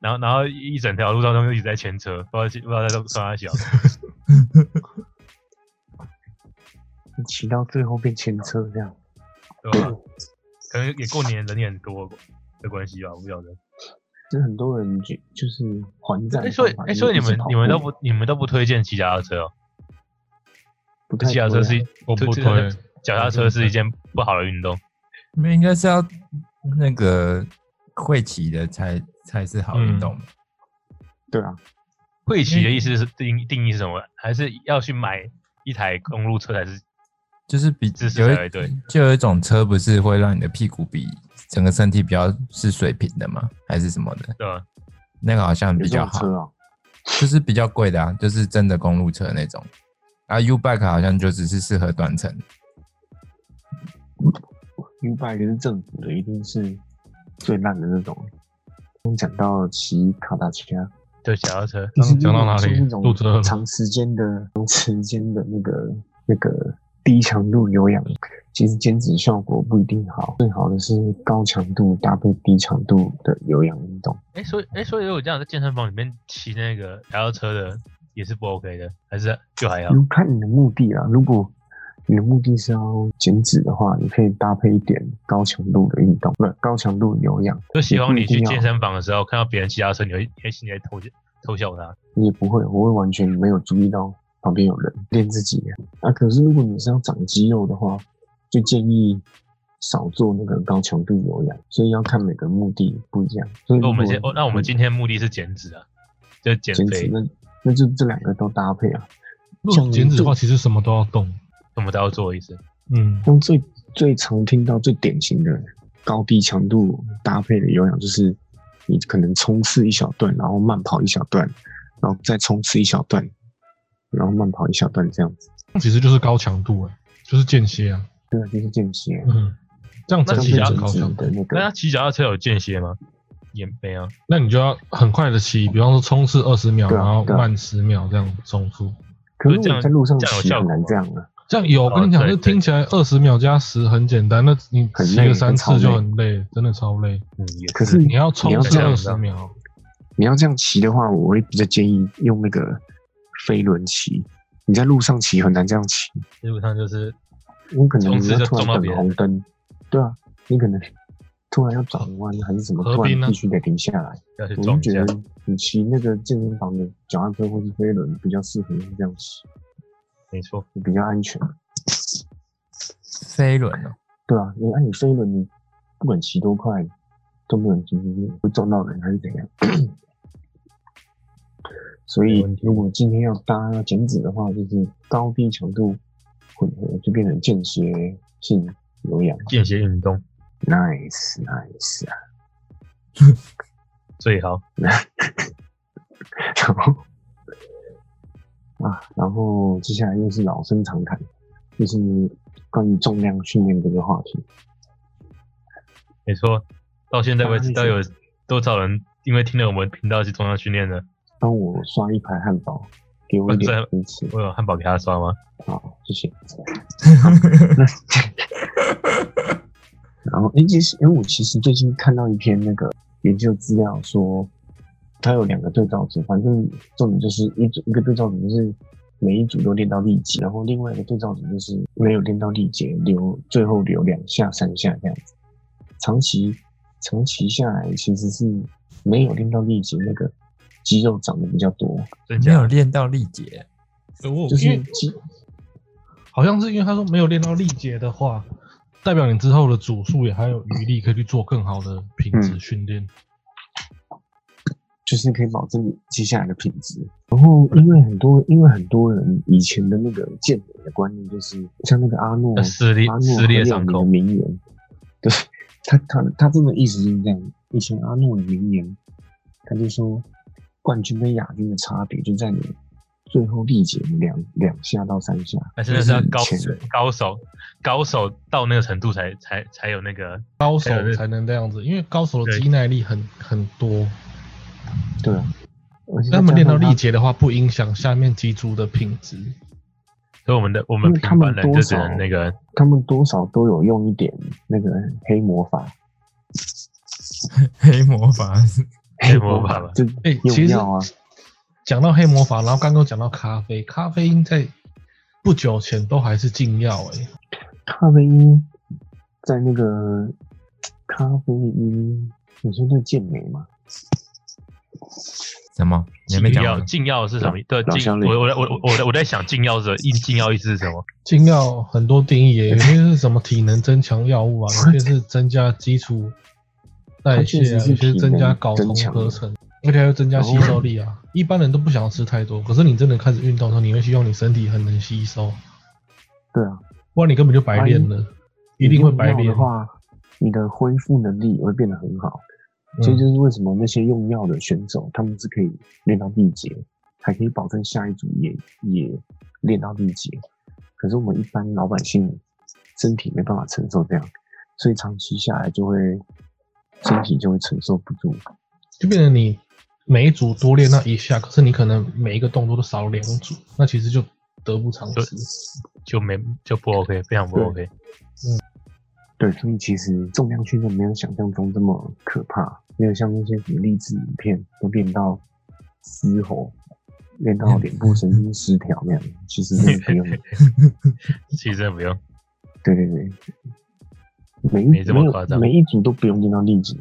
Speaker 3: 然后，然后一整条路当中一直在牵车，不知道不知道在上哪小。啊
Speaker 1: 骑到最后变牵车这样，
Speaker 3: 对吧？可能也过年人也很多的关系吧，我不晓得。
Speaker 1: 就很多人就就是还债
Speaker 3: 哎、
Speaker 1: 的
Speaker 3: 所以
Speaker 1: 方法。
Speaker 3: 哎、所以你
Speaker 1: 一直
Speaker 3: 们
Speaker 1: 跑
Speaker 3: 你们都
Speaker 1: 步
Speaker 3: 不你们都不推荐骑脚踏车哦？
Speaker 1: 不太
Speaker 3: 骑脚踏车是
Speaker 1: 推啊
Speaker 3: 一
Speaker 4: 我不
Speaker 3: 这
Speaker 4: 推，
Speaker 3: 这脚踏车是一件不好的运
Speaker 1: 嗯
Speaker 3: 动。
Speaker 2: 你们应该是要那个会骑的才才是好运动吧，
Speaker 1: 对啊，
Speaker 3: 会骑的意思是定定义是什么？还是要去买一台公路车才是？
Speaker 2: 就是比
Speaker 3: 姿势
Speaker 2: 有
Speaker 3: 才会
Speaker 2: 一
Speaker 3: 对
Speaker 2: 就有一种车不是会让你的屁股比整个身体比较是水平的吗？还是什么的？
Speaker 3: 对吧？
Speaker 2: 那个好像
Speaker 1: 有
Speaker 2: 比
Speaker 1: 这
Speaker 2: 较
Speaker 1: 种
Speaker 2: 好，
Speaker 1: 车啊，
Speaker 2: 就是比较贵的啊，就是真的公路车那种。啊，U bike 好像就只是适合短程，
Speaker 1: U bike 是政府的，一定是最烂的那种。刚讲到骑卡达车，
Speaker 3: 对，脚踏车。
Speaker 1: 嗯
Speaker 4: 刚讲到哪里
Speaker 1: 就是那种
Speaker 4: 路车了
Speaker 1: 长时间的、长时间的那个、那个低强度有氧，其实减脂效果不一定好。最好的是高强度搭配低强度的有氧运动。
Speaker 3: 哎、所以哎、所以如果这样在健身房里面骑那个脚踏车的也是不 OK 的，还是就还好？
Speaker 1: 如看你的目的啊，如果你的目的是要减脂的话，你可以搭配一点高强度的运动，不高强度有氧，
Speaker 3: 就希望你
Speaker 1: 一定
Speaker 3: 去
Speaker 1: 要
Speaker 3: 健身房的时候看到别人骑脚踏车，你会你会心里会偷偷笑他。
Speaker 1: 你也不会，我会完全没有注意到旁边有人练自己。啊，可是如果你是要长肌肉的话，就建议少做那个高强度有氧，所以要看每个目的不一样。所以
Speaker 3: 那
Speaker 1: 如
Speaker 3: 我们
Speaker 1: 果
Speaker 3: 今哦，那我们今天目的是减脂啊，就减
Speaker 1: 嗯减
Speaker 3: 肥
Speaker 1: 脂，，那那就这两个都搭配啊。
Speaker 4: 如果减脂的话，其实什么都要动。
Speaker 3: 我们都要做一次。
Speaker 4: 嗯，
Speaker 1: 用最最常听到最典型的高低强度搭配的有氧，就是你可能冲刺一小段，然后慢跑一小段，然后再冲刺一小段，然后慢跑一小段这样子。
Speaker 4: 其实就是高强度哎、就是间歇啊。
Speaker 1: 对啊，就是间歇啊。
Speaker 4: 嗯，这样
Speaker 3: 那
Speaker 1: 这
Speaker 4: 整
Speaker 3: 其
Speaker 4: 体
Speaker 3: 他
Speaker 1: 样
Speaker 4: 就是
Speaker 1: 是
Speaker 4: 高
Speaker 1: 减脂
Speaker 4: 强度
Speaker 1: 的。那
Speaker 3: 啊那
Speaker 1: 个
Speaker 3: 他骑脚踏车有间歇吗？也没啊有。
Speaker 4: 那你就要很快的骑，比方说冲刺二十秒，
Speaker 1: 对啊
Speaker 4: 然后
Speaker 1: 对啊
Speaker 4: 慢十秒这样冲出。
Speaker 1: 可是
Speaker 3: 这样
Speaker 1: 你在路上
Speaker 3: 这样有
Speaker 1: 骑
Speaker 3: 效
Speaker 1: 很
Speaker 3: 果
Speaker 1: 难
Speaker 3: 吗
Speaker 1: 这样啊，
Speaker 4: 这样有，我跟你
Speaker 3: 哦
Speaker 4: 讲，
Speaker 3: 对
Speaker 4: 这听起来二十秒加十很简单，那你
Speaker 1: 很
Speaker 4: 骑
Speaker 1: 累
Speaker 4: 了三次
Speaker 1: 很超累
Speaker 4: 就很累，真的超累。
Speaker 3: 嗯，也
Speaker 1: 可是
Speaker 4: 你要冲
Speaker 1: 你要这
Speaker 4: 刺
Speaker 3: 样
Speaker 4: 二
Speaker 3: 子
Speaker 4: 十
Speaker 3: 啊
Speaker 4: 秒，
Speaker 1: 你要这样骑的话，我会比较建议用那个飞轮骑。你在路上骑很难这样骑，
Speaker 3: 基本上就是
Speaker 1: 你可能
Speaker 3: 从
Speaker 1: 你
Speaker 3: 此
Speaker 1: 要
Speaker 3: 就
Speaker 1: 突然
Speaker 3: 撞到别
Speaker 1: 等
Speaker 3: 人
Speaker 1: 红灯，对啊，你可能突然要转弯还是什么，
Speaker 4: 河
Speaker 1: 突
Speaker 4: 滨呢
Speaker 1: 然必须得停下来。
Speaker 3: 要去
Speaker 1: 我就
Speaker 3: 撞一下
Speaker 1: 觉。得你骑那个健身房的脚踏车或是飞轮比较适合用这样骑，
Speaker 3: 没错，
Speaker 1: 比较安全。
Speaker 2: 飞轮哦，
Speaker 1: 对啊，你按你飞轮，你不管骑多快都没有人经历，会撞到人还是怎样。 所以
Speaker 3: 没问，题
Speaker 1: 如果今天要搭减脂的话，就是高低强度混合，就变成间歇性有氧。
Speaker 3: 间歇运动
Speaker 1: Nice, nice 啊！
Speaker 3: 最好。
Speaker 1: 然后 啊，然后接下来又是老生常谈，就是关于重量训练这个话题。
Speaker 3: 没错，到现在为止，
Speaker 1: 啊
Speaker 3: 到
Speaker 1: 没
Speaker 3: 有
Speaker 1: 错
Speaker 3: 多少人因为听了我们频道去中央训练的？
Speaker 1: 帮我刷一排汉堡，给我一
Speaker 3: 啊
Speaker 1: 点
Speaker 3: 这
Speaker 1: 支持。
Speaker 3: 我有汉堡给他刷吗？
Speaker 1: 好，哦谢 谢。然后，哎诶，其实，因为我其实最近看到一篇那个研究资料说，它有两个对照组，反正重点就是一组一个对照组就是每一组都练到力竭，然后另外一个对照组就是没有练到力竭，留最后留两下三下这样子。长期长期下来，其实是没有练到力竭，那个肌肉长得比较多，
Speaker 3: 真
Speaker 2: 没
Speaker 3: 假
Speaker 2: 有练到力竭，
Speaker 4: 呃我
Speaker 1: 就
Speaker 4: 因
Speaker 1: 是
Speaker 4: 为
Speaker 1: 肌
Speaker 4: 好像是因为他说没有练到力竭的话，代表你之后的组数也还有余力可以去做更好的品质
Speaker 1: 嗯
Speaker 4: 训练。
Speaker 1: 就是可以保证你接下来的品质。然后，因为很多，因为很多人以前的那个健美的观念，就是像那个阿诺
Speaker 3: 的撕裂
Speaker 1: 阿诺
Speaker 3: 呃撕
Speaker 1: 很
Speaker 3: 裂
Speaker 1: 有
Speaker 3: 伤
Speaker 1: 名的
Speaker 3: 口，
Speaker 1: 名言，对他他他真的意思就是这样。以前阿诺的名言，他就说，冠军跟亚军的差别就在你最后力竭两两下到三下，
Speaker 3: 但是那是要高
Speaker 1: 前人
Speaker 3: 高手高手到那个程度才才才有那个
Speaker 4: 高手才能这样子，因为高手的
Speaker 3: 对
Speaker 4: 肌耐力很很多，
Speaker 1: 对啊，而且
Speaker 4: 但他们练到力
Speaker 1: 竭。
Speaker 4: 竭的话，不影响下面肌株的品质。
Speaker 3: 所以我们的我们
Speaker 1: 因为他
Speaker 3: 平
Speaker 1: 们
Speaker 3: 凡人就
Speaker 1: 多
Speaker 3: 只能
Speaker 1: 少
Speaker 3: 那个
Speaker 1: 他们多少都有用一点那个黑魔法，
Speaker 2: 黑魔法是
Speaker 3: 黑魔法吧
Speaker 1: 就
Speaker 4: 哎、
Speaker 1: 用
Speaker 4: 其实
Speaker 1: 药啊，
Speaker 4: 讲到黑魔法，然后刚刚讲到咖啡，咖啡因在不久前都还是禁药哎、
Speaker 1: 咖啡因在那个咖啡因，你说对健美吗？
Speaker 2: 什么？你还没
Speaker 3: 禁
Speaker 2: 讲
Speaker 3: 药，
Speaker 2: 完？
Speaker 3: 禁药是什么？对，
Speaker 1: 老
Speaker 3: 禁
Speaker 1: 乡类
Speaker 3: 我我我我在我在想禁药是禁禁药意思是什么？
Speaker 4: 禁药很多定义、欸，有些是什么体能增强药物啊，有些是增加基础代谢
Speaker 1: 它确实
Speaker 4: 啊，
Speaker 1: 是
Speaker 4: 有些增加睾酮
Speaker 1: 体能
Speaker 4: 合成，而且还有增加吸收力
Speaker 1: 哦
Speaker 4: 啊。一般人都不想要吃太多，可是你真的开始运动的时候，你会希望你身体很能吸收，
Speaker 1: 对啊，
Speaker 4: 不然你根本就白练了，一定会白
Speaker 1: 你用药
Speaker 4: 练
Speaker 1: 的。话，你的恢复能力也会变得很好。所以
Speaker 4: 嗯
Speaker 1: 就是为什么那些用药的选手，他们是可以练到力竭，还可以保证下一组也也练到力竭。可是我们一般老百姓身体没办法承受这样，所以长期下来就会身体就会承受不住。
Speaker 4: 就变成你每一组多练那一下，可是你可能每一个动作都少了两组，那其实就得不偿失。
Speaker 3: 就没就不 OK，非常不
Speaker 1: 对
Speaker 3: OK。
Speaker 1: 对，所以其实重量训练没有想象中这么可怕，没有像那些什么励志影片都练到嘶吼，练到脸部神经失调那样，其实真的不 用。
Speaker 3: 其实真的不用，
Speaker 1: 对对对，每一
Speaker 3: 没这么
Speaker 1: 有
Speaker 3: 夸张
Speaker 1: 每一组都不用练到力竭，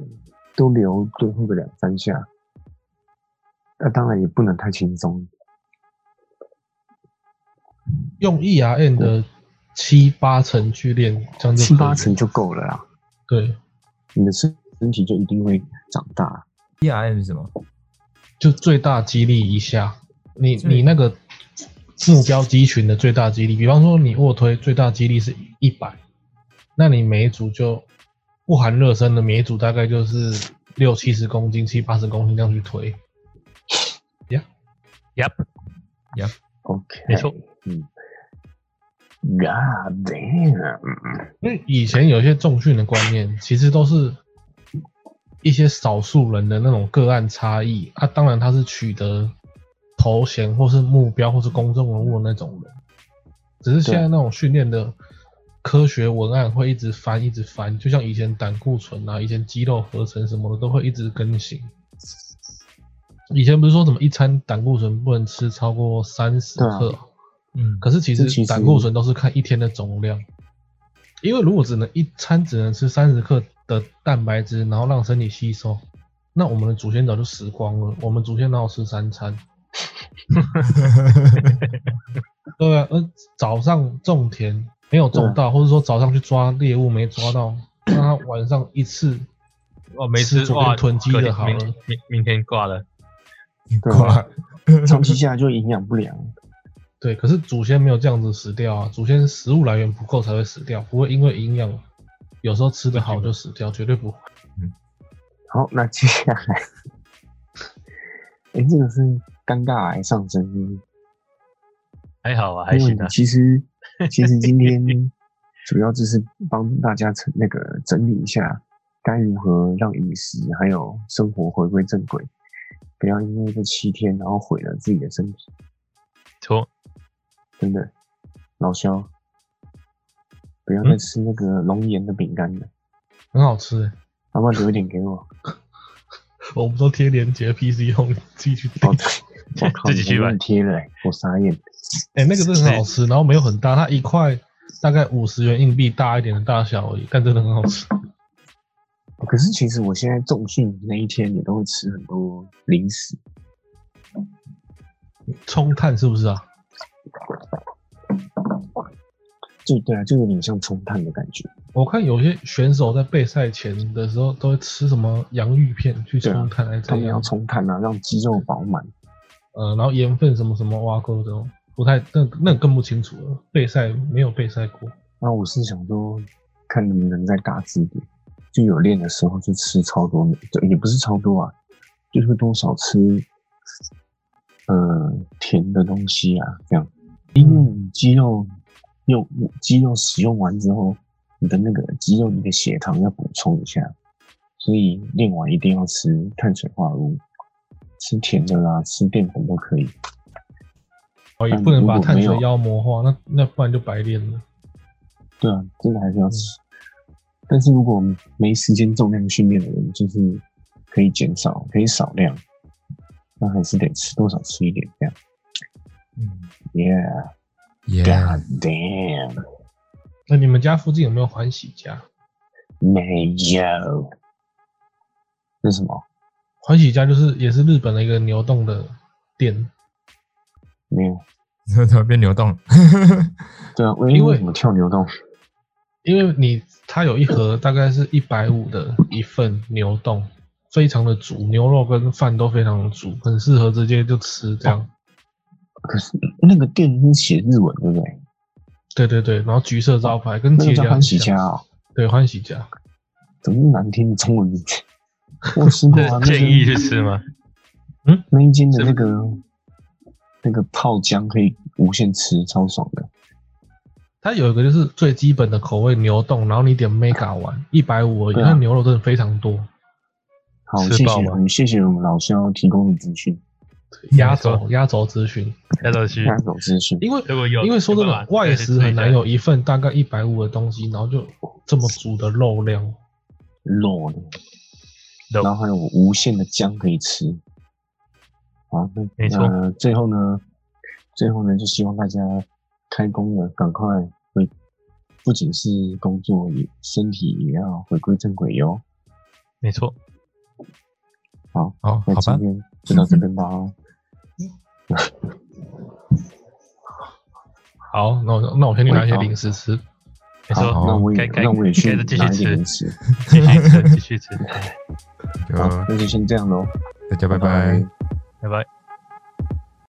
Speaker 1: 都留最后的两三下。那、当然也不能太轻松，
Speaker 4: 用 ERN 的七八成去练，这样就
Speaker 1: 七
Speaker 4: 可以
Speaker 1: 八
Speaker 4: 了
Speaker 1: 成就够了啦。
Speaker 4: 对，
Speaker 1: 你的身身体就一定会长大。
Speaker 2: E R M 是 什么？
Speaker 4: 就最大激励一下。你
Speaker 2: 对
Speaker 4: 你那个目标肌群的最大激励，比方说你卧推最大激励是一百，那你每一组就不含热身的，每一组大概就是六七十公斤、七八十公斤这样去推。
Speaker 1: 哎
Speaker 3: Yep，
Speaker 1: OK，
Speaker 3: 没错，
Speaker 1: 嗯。God damn！
Speaker 4: 因为以前有一些重训的观念，其实都是一些少数人的那种个案差异。啊，当然他是取得头衔或是目标或是公众人物的那种人，只是现在那种训练的科学文案会一直翻，一直翻，就像以前胆固醇啊，以前肌肉合成什么的都会一直更新。以前不是说什么一餐胆固醇不能吃超过三十
Speaker 1: 对啊
Speaker 4: 克啊、
Speaker 2: 嗯，
Speaker 4: 可是其
Speaker 1: 这其
Speaker 4: 实
Speaker 1: 实
Speaker 4: 胆固醇都是看一天的总量，因为如果只能一餐只能吃三十克的蛋白质，然后让身体吸收，那我们的祖先早就死光了。我们祖先哪有吃三餐？对啊，呃，早上种田没有
Speaker 1: 啊
Speaker 4: 种到，或者说早上去抓猎物没抓到，那他晚上一次
Speaker 3: 哦，没吃
Speaker 4: 昨
Speaker 3: 哇，
Speaker 4: 天囤积
Speaker 3: 隔
Speaker 4: 的
Speaker 3: 天
Speaker 4: 好
Speaker 3: 明
Speaker 4: 了
Speaker 3: 明明天挂了，
Speaker 1: 对
Speaker 2: 哇
Speaker 1: 啊，长期下来就营养不良。
Speaker 4: 对，可是祖先没有这样子死掉啊，祖先食物来源不够才会死掉，不会因为营养有时候吃得好就死掉，绝对不会。
Speaker 1: 好，那接下来，哎、这个是尴尬癌上升，
Speaker 3: 还好啊，还
Speaker 1: 因为
Speaker 3: 行
Speaker 1: 你
Speaker 3: 啊。
Speaker 1: 其 实其实今天主要就是帮大家整那个整理一下，该如何让饮食还有生活回归正轨，不要因为这七天然后毁了自己的身体，
Speaker 3: 错，
Speaker 1: 真的，老肖，不
Speaker 3: 嗯
Speaker 1: 要再吃那个龙岩的饼干了，
Speaker 4: 很好吃、欸，
Speaker 1: 要不要留一点给 我？
Speaker 4: 我们都贴连接 PC 用自己去订
Speaker 1: 哦，我靠，
Speaker 3: 自己去
Speaker 1: 你
Speaker 3: 买
Speaker 1: 乱贴了、欸，我傻眼。
Speaker 4: 哎、那个真的很好吃，然后没有很大，它一块大概五十元硬币大一点的大小而已，但真的很好吃。
Speaker 1: 可是其实我现在重训那一天，也都会吃很多零食。
Speaker 4: 冲碳是不是啊？
Speaker 1: 就对啊，就有点像冲碳的感觉。
Speaker 4: 我看有些选手在备赛前的时候都会吃什么洋芋片去冲碳来
Speaker 1: 啊他
Speaker 4: 怎
Speaker 1: 们要
Speaker 4: 样，
Speaker 1: 冲碳啊，让肌肉饱满。
Speaker 4: 呃，然后盐分什么什么挖沟的哦，不太那那更不清楚了。备赛没有备赛过，
Speaker 1: 那我是想说，看能不能再大吃一点。就有练的时候就吃超多，就也不是超多啊，就是多少吃，呃，甜的东西啊，这样，因为
Speaker 4: 嗯
Speaker 1: 你肌肉用肌肉使用完之后，你的那个肌肉你的血糖要补充一下，所以练完一定要吃碳水化合物，吃甜的啦，吃淀粉都可以。
Speaker 4: 哦，也
Speaker 1: 但
Speaker 4: 不能
Speaker 1: 如
Speaker 4: 把
Speaker 1: 果
Speaker 4: 碳
Speaker 1: 没
Speaker 4: 水
Speaker 1: 有
Speaker 4: 妖魔化，那那不然就白练了。
Speaker 1: 对啊，这个还
Speaker 3: 嗯
Speaker 1: 是要吃。但是如果没时间重量训练的人，就是可以减少，可以少量，那还是得吃多少吃一点这样。
Speaker 2: 嗯，
Speaker 1: Yeah,
Speaker 2: 耶、
Speaker 1: god damn，
Speaker 4: 那你们家附近有没有欢喜家？
Speaker 1: 没有。那什么？
Speaker 4: 欢喜家就是也是日本的一个牛洞的店，
Speaker 1: 没有。
Speaker 2: 怎 么怎么变流动？
Speaker 1: 对啊，
Speaker 4: 因
Speaker 1: 因
Speaker 4: 为
Speaker 1: 为什么跳牛洞？
Speaker 4: 因为你它有一盒大概是一百五的一份牛冻，非常的足，牛肉跟饭都非常的足，很适合直接就吃这样。
Speaker 1: 可是那个店是写日文，对不对？
Speaker 4: 对对对，然后橘色招牌跟
Speaker 1: 那
Speaker 4: 铁
Speaker 1: 个叫
Speaker 4: 家
Speaker 1: 欢喜
Speaker 4: 很像
Speaker 1: 家啊、
Speaker 4: 对欢喜家，
Speaker 1: 怎么那么难听的中文名字？我吃 过啊，那
Speaker 3: 这
Speaker 1: 个
Speaker 3: 建议去吃 吗？
Speaker 1: 那一间的那个那个泡姜可以无限吃，超爽的。
Speaker 4: 它有一个就是最基本的口味牛冻，然后你点 mega 丸一百五而已，
Speaker 1: 对啊
Speaker 4: 那牛肉真的非常多，
Speaker 1: 好，
Speaker 3: 吃
Speaker 1: 谢
Speaker 3: 爆
Speaker 1: 谢
Speaker 3: 吗
Speaker 1: 我们，谢谢我们老师要提供的资讯，
Speaker 4: 压
Speaker 3: 错
Speaker 4: 轴压轴资讯，
Speaker 3: 带到 去。
Speaker 1: 那种资讯。
Speaker 4: 因为
Speaker 3: 如果有，
Speaker 4: 因为说真的，外食很
Speaker 3: 有办法再去吃
Speaker 4: 难
Speaker 3: 一下。
Speaker 4: 有一份大概一百五的东西，然后就这么足的肉量。
Speaker 1: 肉的，
Speaker 3: 肉
Speaker 1: 然后还有无限的姜可以吃。好，那
Speaker 3: 没错
Speaker 1: 那最后呢，最后呢，就希望大家开工了，赶快回，不仅是工作，也身体也要回归正轨哟。
Speaker 3: 没错，
Speaker 2: 哦，
Speaker 1: 那
Speaker 2: 好吧
Speaker 1: 今，天就到这边 吧。
Speaker 4: 好，那我那我先去拿一些零食吃。
Speaker 3: 没
Speaker 1: 好，
Speaker 3: 错，
Speaker 1: 那我也
Speaker 3: 该该
Speaker 1: 那我也去
Speaker 3: 该是继续
Speaker 1: 拿一点
Speaker 3: 吃
Speaker 1: 零食。
Speaker 3: 继续 吃，继续吃，哎
Speaker 2: 就
Speaker 3: 嗯
Speaker 1: 好，那就先这样喽，
Speaker 2: 大家拜
Speaker 1: 拜
Speaker 2: 拜。
Speaker 3: 拜拜。